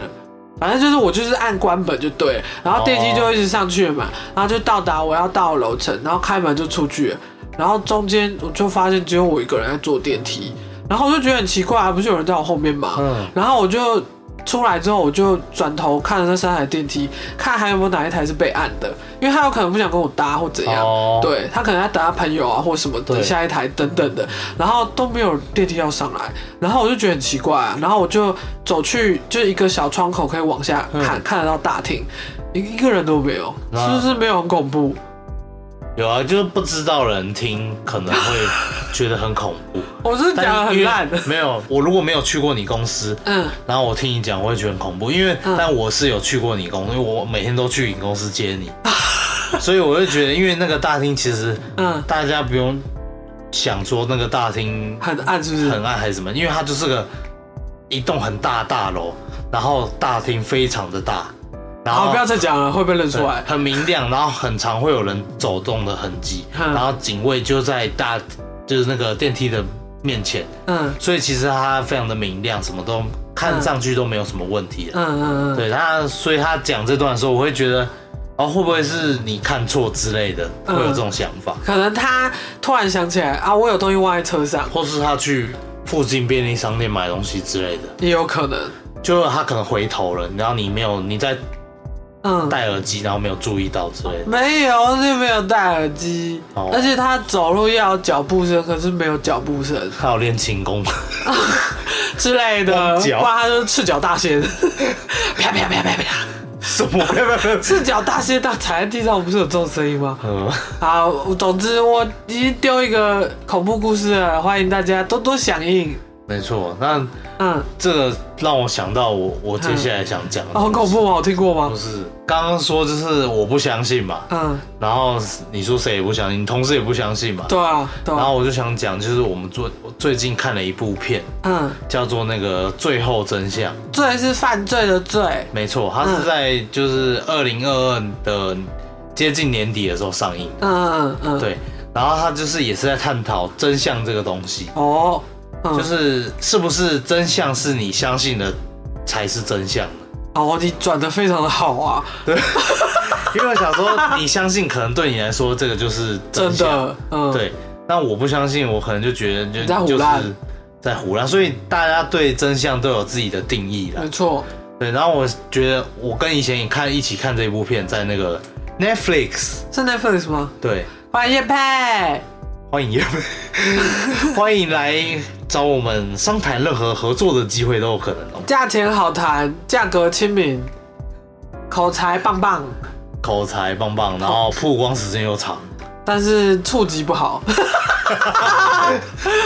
[SPEAKER 2] 反正就是我就是按关门就对了，然后电梯就一直上去了嘛，然后就到达我要到的楼层，然后开门就出去了，然后中间我就发现只有我一个人在坐电梯，然后我就觉得很奇怪，不是有人在我后面吗？
[SPEAKER 1] 嗯，
[SPEAKER 2] 然后我就出来之后，我就转头看了那三台电梯，看还有没有哪一台是被按的，因为他有可能不想跟我搭或怎样，
[SPEAKER 1] 哦
[SPEAKER 2] 对他可能在等他朋友啊或什么
[SPEAKER 1] 对
[SPEAKER 2] 的下一台等等的，然后都没有电梯要上来，然后我就觉得很奇怪、啊，然后我就走去就是一个小窗口可以往下看，看得到大厅，一一个人都没有，
[SPEAKER 1] 嗯啊
[SPEAKER 2] 是不是没有很恐怖？
[SPEAKER 1] 有啊，就是不知道的人听可能会觉得很恐 怖，
[SPEAKER 2] 我是讲的
[SPEAKER 1] 但因
[SPEAKER 2] 很
[SPEAKER 1] 为
[SPEAKER 2] 烂，
[SPEAKER 1] 没有，我如果没有去过你公司，
[SPEAKER 2] 嗯，
[SPEAKER 1] 然后我听你讲，我会觉得很恐怖，因为、
[SPEAKER 2] 嗯
[SPEAKER 1] 但我是有去过你公司，因为我每天都去你公司接你，
[SPEAKER 2] 啊
[SPEAKER 1] 所以我就觉得，因为那个大厅其实，
[SPEAKER 2] 嗯
[SPEAKER 1] 大家不用想说那个大厅
[SPEAKER 2] 很暗是不是？
[SPEAKER 1] 很暗还是什么，因为它就是个一栋很大的大楼，然后大厅非常的大，然
[SPEAKER 2] 好，
[SPEAKER 1] 后
[SPEAKER 2] 不要再讲了，会被认出来
[SPEAKER 1] 对。很明亮，然后很常会有人走动的痕迹，
[SPEAKER 2] 嗯
[SPEAKER 1] 然后警卫就在大就是那个电梯的面前，
[SPEAKER 2] 嗯
[SPEAKER 1] 所以其实它非常的明亮，什么都看上去都没有什么问题的。啊
[SPEAKER 2] 嗯嗯嗯，
[SPEAKER 1] 对他，所以他讲这段的时候，我会觉得，哦，会不会是你看错之类的，会
[SPEAKER 2] 嗯
[SPEAKER 1] 有这种想法，
[SPEAKER 2] 可能他突然想起来啊，我有东西忘在车上，
[SPEAKER 1] 或是他去附近便利商店买东西之类的，
[SPEAKER 2] 也有可能。
[SPEAKER 1] 就是他可能回头了，然后你没有，你在
[SPEAKER 2] 嗯，
[SPEAKER 1] 戴耳机，然后没有注意到之类的。
[SPEAKER 2] 没有，就没有戴耳机，
[SPEAKER 1] 哦
[SPEAKER 2] 而且他走路要有脚步声，可是没有脚步声
[SPEAKER 1] 他有练轻功，
[SPEAKER 2] 之类的，
[SPEAKER 1] 光
[SPEAKER 2] 不
[SPEAKER 1] 脚
[SPEAKER 2] 然他就是赤脚大仙， 啪啪啪啪啪，
[SPEAKER 1] 什么？没有没有没有
[SPEAKER 2] 赤脚大仙到踩在地上，不是有这种声音吗？
[SPEAKER 1] 嗯，
[SPEAKER 2] 好，总之我已经丢一个恐怖故事了，欢迎大家多多响应。
[SPEAKER 1] 没错。那
[SPEAKER 2] 嗯，
[SPEAKER 1] 这个让我想到我我接下来想讲的东
[SPEAKER 2] 啊
[SPEAKER 1] 西、
[SPEAKER 2] 很恐怖吗？我听过
[SPEAKER 1] 就
[SPEAKER 2] 吗？
[SPEAKER 1] 是刚刚说就是我不相信嘛，
[SPEAKER 2] 嗯，
[SPEAKER 1] 然后你说谁也不相信，你同事也不相信嘛。
[SPEAKER 2] 对啊，对
[SPEAKER 1] 然
[SPEAKER 2] 啊，
[SPEAKER 1] 后我就想讲，就是我们最最近看了一部片，
[SPEAKER 2] 嗯，
[SPEAKER 1] 叫做那个《最后真相》。
[SPEAKER 2] 罪是犯罪的罪，
[SPEAKER 1] 没错，它是在就是二零二二的接近年底的时候上映。
[SPEAKER 2] 嗯嗯嗯，，
[SPEAKER 1] 对，然后它就是也是在探讨真相这个东西，
[SPEAKER 2] 哦，嗯，
[SPEAKER 1] 就是是不是真相是你相信的才是真相。
[SPEAKER 2] 哦，你转的非常的好啊，
[SPEAKER 1] 因为我想说，你相信可能对你来说这个就是
[SPEAKER 2] 真
[SPEAKER 1] 相。
[SPEAKER 2] 的，嗯，，
[SPEAKER 1] 对，那我不相信，我可能就觉得
[SPEAKER 2] 你在
[SPEAKER 1] 就
[SPEAKER 2] 胡
[SPEAKER 1] 就是
[SPEAKER 2] 乱
[SPEAKER 1] 在胡乱，所以大家对真相都有自己的定义啦
[SPEAKER 2] 没。错，
[SPEAKER 1] 对，然后我觉得我跟以前也看一起看这部片，在那个 Netflix，
[SPEAKER 2] 是 Netflix 吗？
[SPEAKER 1] 对，
[SPEAKER 2] 欢迎叶佩，
[SPEAKER 1] 欢迎 欢迎来找我们商谈任何合作的机会都有可能哦。
[SPEAKER 2] 价钱好谈，价格亲民，口才棒棒，
[SPEAKER 1] 口才棒棒，然后曝光时间又 长，
[SPEAKER 2] 但是触及不好，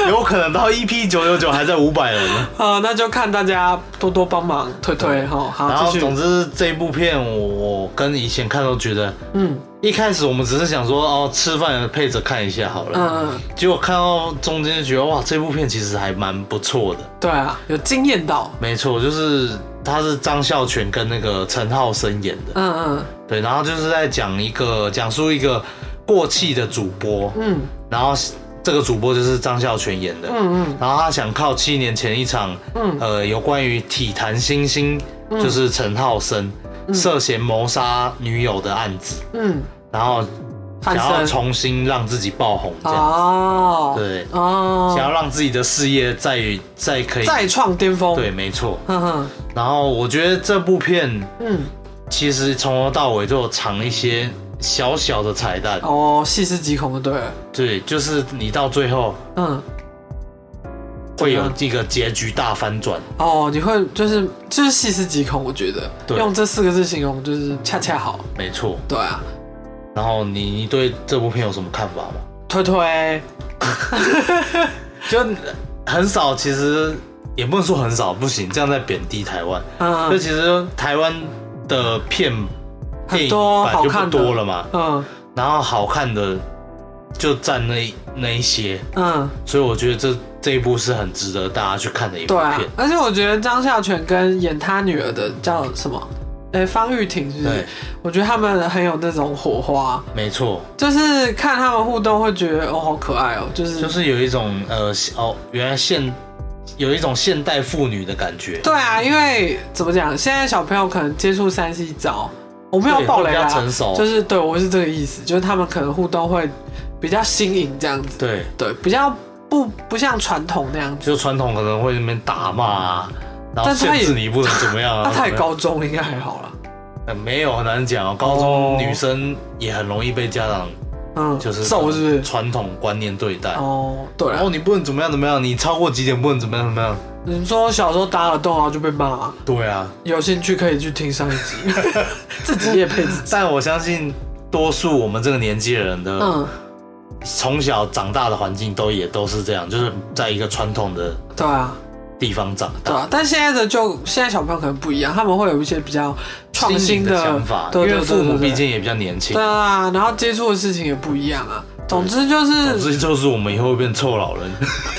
[SPEAKER 1] 有可能到 EP 九九九还在五百人。
[SPEAKER 2] 呃，那就看大家多多帮忙推推哈，
[SPEAKER 1] 然
[SPEAKER 2] 好，
[SPEAKER 1] 后
[SPEAKER 2] 啊继
[SPEAKER 1] 总
[SPEAKER 2] 续，
[SPEAKER 1] 之这部片我我跟以前看都觉得
[SPEAKER 2] 嗯
[SPEAKER 1] 一开始我们只是想说，哦，吃饭配着看一下好了。
[SPEAKER 2] 嗯嗯，
[SPEAKER 1] 结果看到中间就觉得，哇，这部片其实还蛮不错的。
[SPEAKER 2] 对啊，有惊艳到，
[SPEAKER 1] 没错，就是他是张孝全跟那个陈浩生演的。
[SPEAKER 2] 嗯嗯
[SPEAKER 1] 对，然后就是在讲一个讲述一个过气的主播，
[SPEAKER 2] 嗯
[SPEAKER 1] 然后这个主播就是张孝全演的。
[SPEAKER 2] 嗯嗯
[SPEAKER 1] 然后他想靠七年前一场，
[SPEAKER 2] 嗯
[SPEAKER 1] 呃，有关于体坛新星，就是陈浩生涉嫌谋杀女友的案子，
[SPEAKER 2] 嗯，
[SPEAKER 1] 然后
[SPEAKER 2] 翻
[SPEAKER 1] 想要
[SPEAKER 2] 身，
[SPEAKER 1] 重新让自己爆红，这样、
[SPEAKER 2] 哦，
[SPEAKER 1] 对，想
[SPEAKER 2] 哦，
[SPEAKER 1] 要让自己的事业再于再可以
[SPEAKER 2] 再创巅峰，
[SPEAKER 1] 对，，没错。
[SPEAKER 2] 哼哼，
[SPEAKER 1] 然后我觉得这部片
[SPEAKER 2] 嗯，
[SPEAKER 1] 其实从头到尾都有藏一些小小的彩蛋，
[SPEAKER 2] 哦，细思极恐的，对了，
[SPEAKER 1] 对，就是你到最后
[SPEAKER 2] 嗯。
[SPEAKER 1] 会有
[SPEAKER 2] 怎
[SPEAKER 1] 这个结局大翻转，
[SPEAKER 2] 哦，你会就是就是细思极恐，我觉得
[SPEAKER 1] 对
[SPEAKER 2] 用这四个字形容就是恰恰好。
[SPEAKER 1] 没错。
[SPEAKER 2] 对啊，
[SPEAKER 1] 然后你你对这部片有什么看法吗？
[SPEAKER 2] 推推， 嗯
[SPEAKER 1] 就很少，其实也不能说很少，不行，这样在贬低台湾。就
[SPEAKER 2] 嗯
[SPEAKER 1] 其实台湾的片电
[SPEAKER 2] 很
[SPEAKER 1] 影
[SPEAKER 2] 多
[SPEAKER 1] 版
[SPEAKER 2] 好
[SPEAKER 1] 就
[SPEAKER 2] 看
[SPEAKER 1] 不
[SPEAKER 2] 的
[SPEAKER 1] 多了嘛，
[SPEAKER 2] 嗯
[SPEAKER 1] 然后好看的就占那那一些，
[SPEAKER 2] 嗯，
[SPEAKER 1] 所以我觉得这这一部是很值得大家去看的一部
[SPEAKER 2] 对啊
[SPEAKER 1] 片。，
[SPEAKER 2] 而且我觉得张孝全跟演他女儿的叫什么？哎、方玉婷是不是
[SPEAKER 1] 对？
[SPEAKER 2] 我觉得他们很有那种火花，
[SPEAKER 1] 没错，
[SPEAKER 2] 就是看他们互动会觉得哦好可爱哦，就是
[SPEAKER 1] 就是有一种呃哦，原来现有一种现代妇女的感觉，
[SPEAKER 2] 对啊，因为怎么讲，现在小朋友可能接触三 C 早，我没有
[SPEAKER 1] 对
[SPEAKER 2] 暴
[SPEAKER 1] 会
[SPEAKER 2] 雷
[SPEAKER 1] 比较
[SPEAKER 2] 啦，
[SPEAKER 1] 成熟
[SPEAKER 2] 就是对我是这个意思，就是他们可能互动会比较新颖这样子，
[SPEAKER 1] 对，
[SPEAKER 2] 对，比较不不像传统那样子，
[SPEAKER 1] 就传统可能会那边打骂啊，然后
[SPEAKER 2] 但他
[SPEAKER 1] 限
[SPEAKER 2] 也
[SPEAKER 1] 制你不能怎么样啊？
[SPEAKER 2] 那他也
[SPEAKER 1] 怎么样
[SPEAKER 2] 高中应该还好啦。
[SPEAKER 1] 呃没有很难讲哦，高中
[SPEAKER 2] 哦
[SPEAKER 1] 女生也很容易被家长
[SPEAKER 2] 嗯，
[SPEAKER 1] 就是
[SPEAKER 2] 瘦是不是？
[SPEAKER 1] 传统观念对待。
[SPEAKER 2] 哦，对
[SPEAKER 1] 然后
[SPEAKER 2] 啊，
[SPEAKER 1] 你不能怎么样怎么样，你超过几点不能怎么样怎么样。
[SPEAKER 2] 你说小时候打耳洞然后就被骂、
[SPEAKER 1] 对啊，
[SPEAKER 2] 有兴趣可以去听上一集， 自己也配自己。
[SPEAKER 1] 但我相信多数我们这个年纪的人的
[SPEAKER 2] 嗯，
[SPEAKER 1] 从小长大的环境都也都是这样，就是在一个传统的
[SPEAKER 2] 对啊，
[SPEAKER 1] 地方长
[SPEAKER 2] 对
[SPEAKER 1] 大，
[SPEAKER 2] 啊。但现在的就现在小朋友可能不一样，他们会有一些比较创新
[SPEAKER 1] 新颖想法，因
[SPEAKER 2] 对对
[SPEAKER 1] 为
[SPEAKER 2] 对
[SPEAKER 1] 父母
[SPEAKER 2] 对对
[SPEAKER 1] 毕竟也比较年轻
[SPEAKER 2] 对。啊，然后接触的事情也不一样啊。总之就
[SPEAKER 1] 总
[SPEAKER 2] 是
[SPEAKER 1] 之就是我们以后会变臭 老人，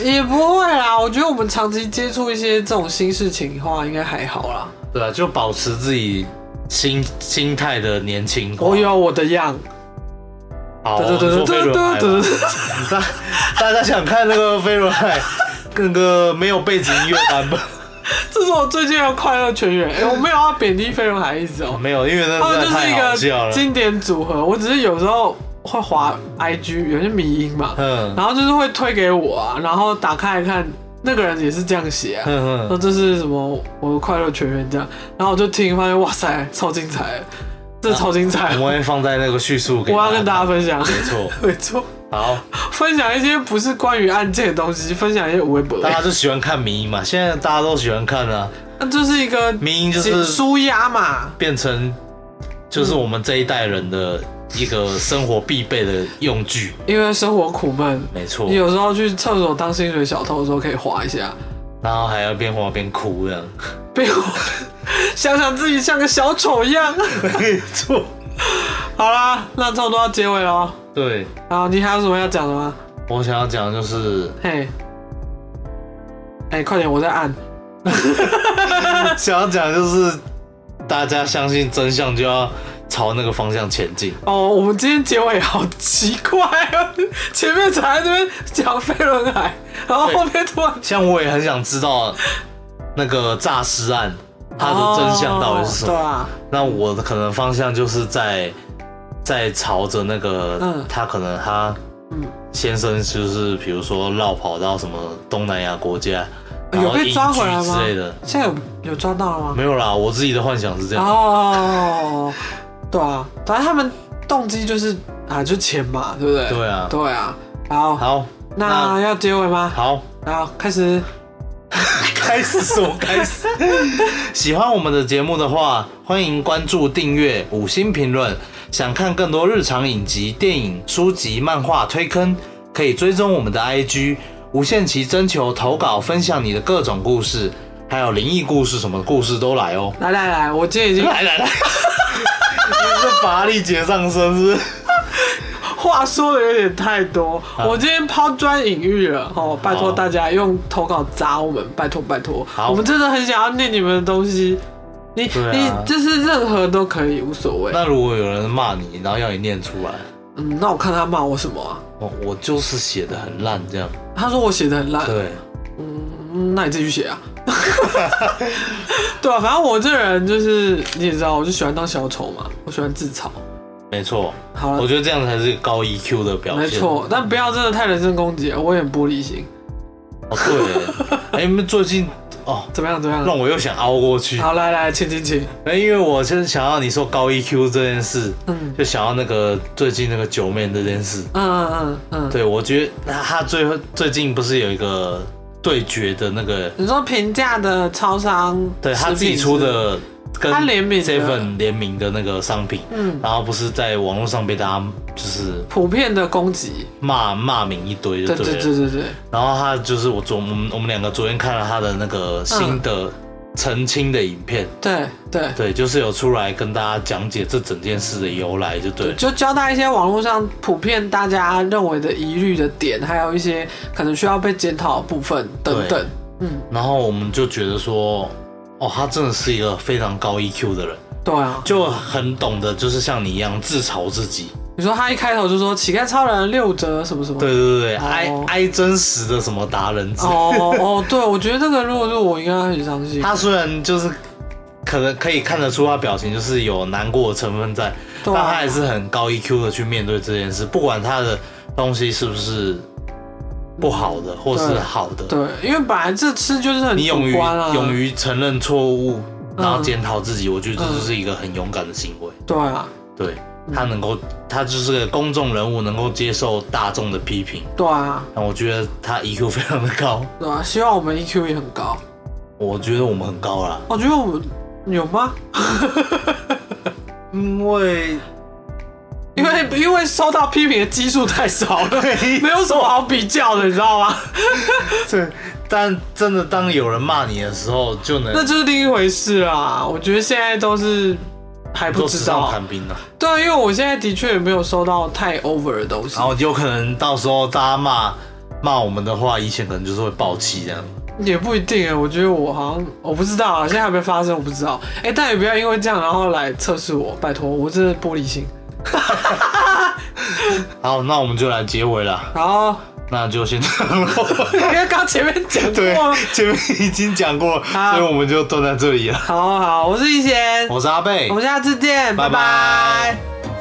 [SPEAKER 2] 也不会啦，我觉得我们长期接触一些这种新事情的话，应该还好啦。
[SPEAKER 1] 对啊，就保持自己心心态的年轻化。
[SPEAKER 2] 我有我的样，
[SPEAKER 1] 好，
[SPEAKER 2] 对对对
[SPEAKER 1] 我们说飞
[SPEAKER 2] 对对
[SPEAKER 1] 轮海吧
[SPEAKER 2] 对对。
[SPEAKER 1] 大 大家想看那个飞轮海，那个没有背景音乐版本？
[SPEAKER 2] 这是我最近的快乐全员。哎、我没有要贬低飞轮海一直哦，
[SPEAKER 1] 没有，因为那
[SPEAKER 2] 他们
[SPEAKER 1] 实
[SPEAKER 2] 就
[SPEAKER 1] 在
[SPEAKER 2] 是
[SPEAKER 1] 太好
[SPEAKER 2] 一
[SPEAKER 1] 笑
[SPEAKER 2] 个
[SPEAKER 1] 了。
[SPEAKER 2] 经典组合。我只是有时候会滑 IG，有些迷音嘛，
[SPEAKER 1] 嗯
[SPEAKER 2] 然后就是会推给我啊，然后打开来看，那个人也是这样写啊。
[SPEAKER 1] 嗯
[SPEAKER 2] 说
[SPEAKER 1] 嗯，
[SPEAKER 2] 这是什么？我的快乐全员这样，然后我就听，发现哇塞，超精彩，这超精彩，
[SPEAKER 1] 我们会放在那个叙述给
[SPEAKER 2] 我要跟大家分享。
[SPEAKER 1] 哎没错，
[SPEAKER 2] 没错，
[SPEAKER 1] 好，
[SPEAKER 2] 分享一些不是关于案件的东西，分享一些微博，
[SPEAKER 1] 大家就喜欢看迷音嘛， 现在大家都喜欢看啊，
[SPEAKER 2] 那就是一个
[SPEAKER 1] 迷音就
[SPEAKER 2] 解
[SPEAKER 1] 是
[SPEAKER 2] 舒压嘛。
[SPEAKER 1] 变成就是我们这一代人的一个生活必备的用具，
[SPEAKER 2] 因为生活苦闷，
[SPEAKER 1] 没错
[SPEAKER 2] 你。有时候去厕所当薪水小偷的时候可以滑一下，
[SPEAKER 1] 然后还要边画边哭这样，
[SPEAKER 2] 被我想想自己像个小丑一样。
[SPEAKER 1] 没错，
[SPEAKER 2] 好啦，那差不多要结尾了。
[SPEAKER 1] 对。
[SPEAKER 2] 然后你还有什么要讲的吗？
[SPEAKER 1] 我想要讲的就是
[SPEAKER 2] 嘿，哎、快点，我在按。
[SPEAKER 1] 想要讲就是，大家相信真相就要朝那个方向前进。
[SPEAKER 2] 哦，我们今天结尾好奇怪哦，前面才在这边讲飞轮海，然后
[SPEAKER 1] 对
[SPEAKER 2] 后面突然
[SPEAKER 1] 像我也很想知道那个诈尸案它的真相到底是什么。
[SPEAKER 2] 哦对啊，
[SPEAKER 1] 那我的可能方向就是在在朝着那个，
[SPEAKER 2] 嗯
[SPEAKER 1] 他可能他
[SPEAKER 2] 嗯
[SPEAKER 1] 先生就是比如说绕跑到什么东南亚国家，然
[SPEAKER 2] 哦有
[SPEAKER 1] 后
[SPEAKER 2] 被抓回来
[SPEAKER 1] 隐居
[SPEAKER 2] 吗
[SPEAKER 1] 之类的。啊
[SPEAKER 2] 现在有有抓到了吗？
[SPEAKER 1] 没有啦，我自己的幻想是这样。
[SPEAKER 2] 哦，对啊，反正他们动机就是啊，就钱嘛，对不对？
[SPEAKER 1] 对啊
[SPEAKER 2] 对啊。好，
[SPEAKER 1] 好，
[SPEAKER 2] 那要结尾吗？
[SPEAKER 1] 好。
[SPEAKER 2] 好，开始。
[SPEAKER 1] 开始什么开始？喜欢我们的节目的话，欢迎关注、订阅、五星评论。想看更多日常影集、电影、书籍、漫画推坑，可以追踪我们的 IG，无限期征求投稿，分享你的各种故事，还有灵异故事，什么故事都来哦！
[SPEAKER 2] 来来来，我今 天已经
[SPEAKER 1] 来来来，你是乏力姐上身是不是？
[SPEAKER 2] 话说的有点太多，我今天抛砖引玉了哦，拜托
[SPEAKER 1] 好
[SPEAKER 2] 大家用投稿砸我们，拜托拜托，
[SPEAKER 1] 好
[SPEAKER 2] 我们真的很想要念你们的东西，你、
[SPEAKER 1] 对啊
[SPEAKER 2] 你就是任何都可以，无所谓。
[SPEAKER 1] 那如果有人骂你，然后要你念出来，
[SPEAKER 2] 嗯，那我看他骂我什么啊？
[SPEAKER 1] 我我就是写的很烂这样。
[SPEAKER 2] 他说我写的很烂，
[SPEAKER 1] 对，
[SPEAKER 2] 嗯，那你自己去写啊。 对啊，反正我这人就是你也知道，我就喜欢当小丑嘛，我喜欢自嘲。
[SPEAKER 1] 没错，
[SPEAKER 2] 好
[SPEAKER 1] 我
[SPEAKER 2] 了，
[SPEAKER 1] 觉得这样才是高 EQ 的表现。
[SPEAKER 2] 没错，但不要真的太人身攻击了，我也很玻璃心。
[SPEAKER 1] 哦，对，哎、你们最近哦，
[SPEAKER 2] 怎么样？怎么样？
[SPEAKER 1] 让我又想凹过去。
[SPEAKER 2] 好，来来，请请请。
[SPEAKER 1] 哎、因为我就是想要你说高 EQ 这件事，
[SPEAKER 2] 嗯
[SPEAKER 1] 就想要那个最近那个九妹这件事。
[SPEAKER 2] 嗯嗯嗯嗯，
[SPEAKER 1] 对，我觉得那他最后最近不是有一个对决的那个，
[SPEAKER 2] 你说平价的超商，
[SPEAKER 1] 对他自己出，的跟
[SPEAKER 2] 他联名的
[SPEAKER 1] Seven 联名的那个商品，
[SPEAKER 2] 嗯，
[SPEAKER 1] 然后不是在网络上被大家就是
[SPEAKER 2] 普遍的攻击。
[SPEAKER 1] 骂骂名一堆，就
[SPEAKER 2] 对
[SPEAKER 1] 对了。
[SPEAKER 2] 对对对对，
[SPEAKER 1] 然后他就是我昨我们我们两个昨天看了他的那个新的澄清的影片。
[SPEAKER 2] 对对
[SPEAKER 1] 对，就是有出来跟大家讲解这整件事的由来，就对。
[SPEAKER 2] 就交代一些网络上普遍大家认为的疑虑的点，还有一些可能需要被检讨的部分等等。嗯，
[SPEAKER 1] 然后我们就觉得说，哦，他真的是一个非常高 EQ 的人，
[SPEAKER 2] 对啊，
[SPEAKER 1] 就很懂得就是像你一样自嘲自己。
[SPEAKER 2] 你说他一开头就说乞丐超人六折什么什么，
[SPEAKER 1] 对对对，哀
[SPEAKER 2] 哦
[SPEAKER 1] 哀真实的什么达人之类的。
[SPEAKER 2] 哦哦，对，我觉得这个如果是我，应该很伤心。
[SPEAKER 1] 他虽然就是可能可以看得出他表情就是有难过的成分在，
[SPEAKER 2] 对
[SPEAKER 1] 但
[SPEAKER 2] 啊
[SPEAKER 1] 他 E 还是很高 EQ 的去面对这件事，不管他的东西是不是不好的或是好的，
[SPEAKER 2] 嗯对，因为本来这吃就是很
[SPEAKER 1] 你勇
[SPEAKER 2] 主
[SPEAKER 1] 于
[SPEAKER 2] 观啊，
[SPEAKER 1] 勇于承认错误，然后
[SPEAKER 2] 嗯
[SPEAKER 1] 检讨自己，我觉得这
[SPEAKER 2] 嗯
[SPEAKER 1] 就是一个很勇敢的行为。
[SPEAKER 2] 对啊，
[SPEAKER 1] 对他能够，他就是个公众人物，能够接受大众的批评。
[SPEAKER 2] 对啊，
[SPEAKER 1] 那我觉得他 EQ 非常的高，
[SPEAKER 2] 对啊，希望我们 EQ 也很高。哦
[SPEAKER 1] 我觉得我们很高啦，
[SPEAKER 2] 我觉得我们有吗？
[SPEAKER 1] 因为
[SPEAKER 2] 因为因为收到批评的基数太少了，没有什么好比较的，你知道吗？
[SPEAKER 1] 这，但真的当有人骂你的时候，就能
[SPEAKER 2] 那就是另一回事啦。我觉得现在都是还不
[SPEAKER 1] 做
[SPEAKER 2] 知
[SPEAKER 1] 纸上
[SPEAKER 2] 道，
[SPEAKER 1] 谈兵了。
[SPEAKER 2] 对啊，因为我现在的确也没有收到太 over 的东西
[SPEAKER 1] 然。后有可能到时候大家骂骂我们的话，以前可能就是会爆气这样。
[SPEAKER 2] 也不一定哎，我觉得我好像我不知道啊，现在还没发生，我不知道。哎、但也不要因为这样然后来测试我，拜托，我真的玻璃心。
[SPEAKER 1] 好，那我们就来结尾了，
[SPEAKER 2] 然后
[SPEAKER 1] 那就先这样咯
[SPEAKER 2] 因为刚前面讲过
[SPEAKER 1] 对
[SPEAKER 2] 了，，
[SPEAKER 1] 前面已经讲过了，
[SPEAKER 2] 好
[SPEAKER 1] 所以我们就断在这里了。
[SPEAKER 2] 好好，我是一贤，
[SPEAKER 1] 我是阿贝
[SPEAKER 2] 我，们下次见，
[SPEAKER 1] 拜
[SPEAKER 2] 拜
[SPEAKER 1] 拜
[SPEAKER 2] 拜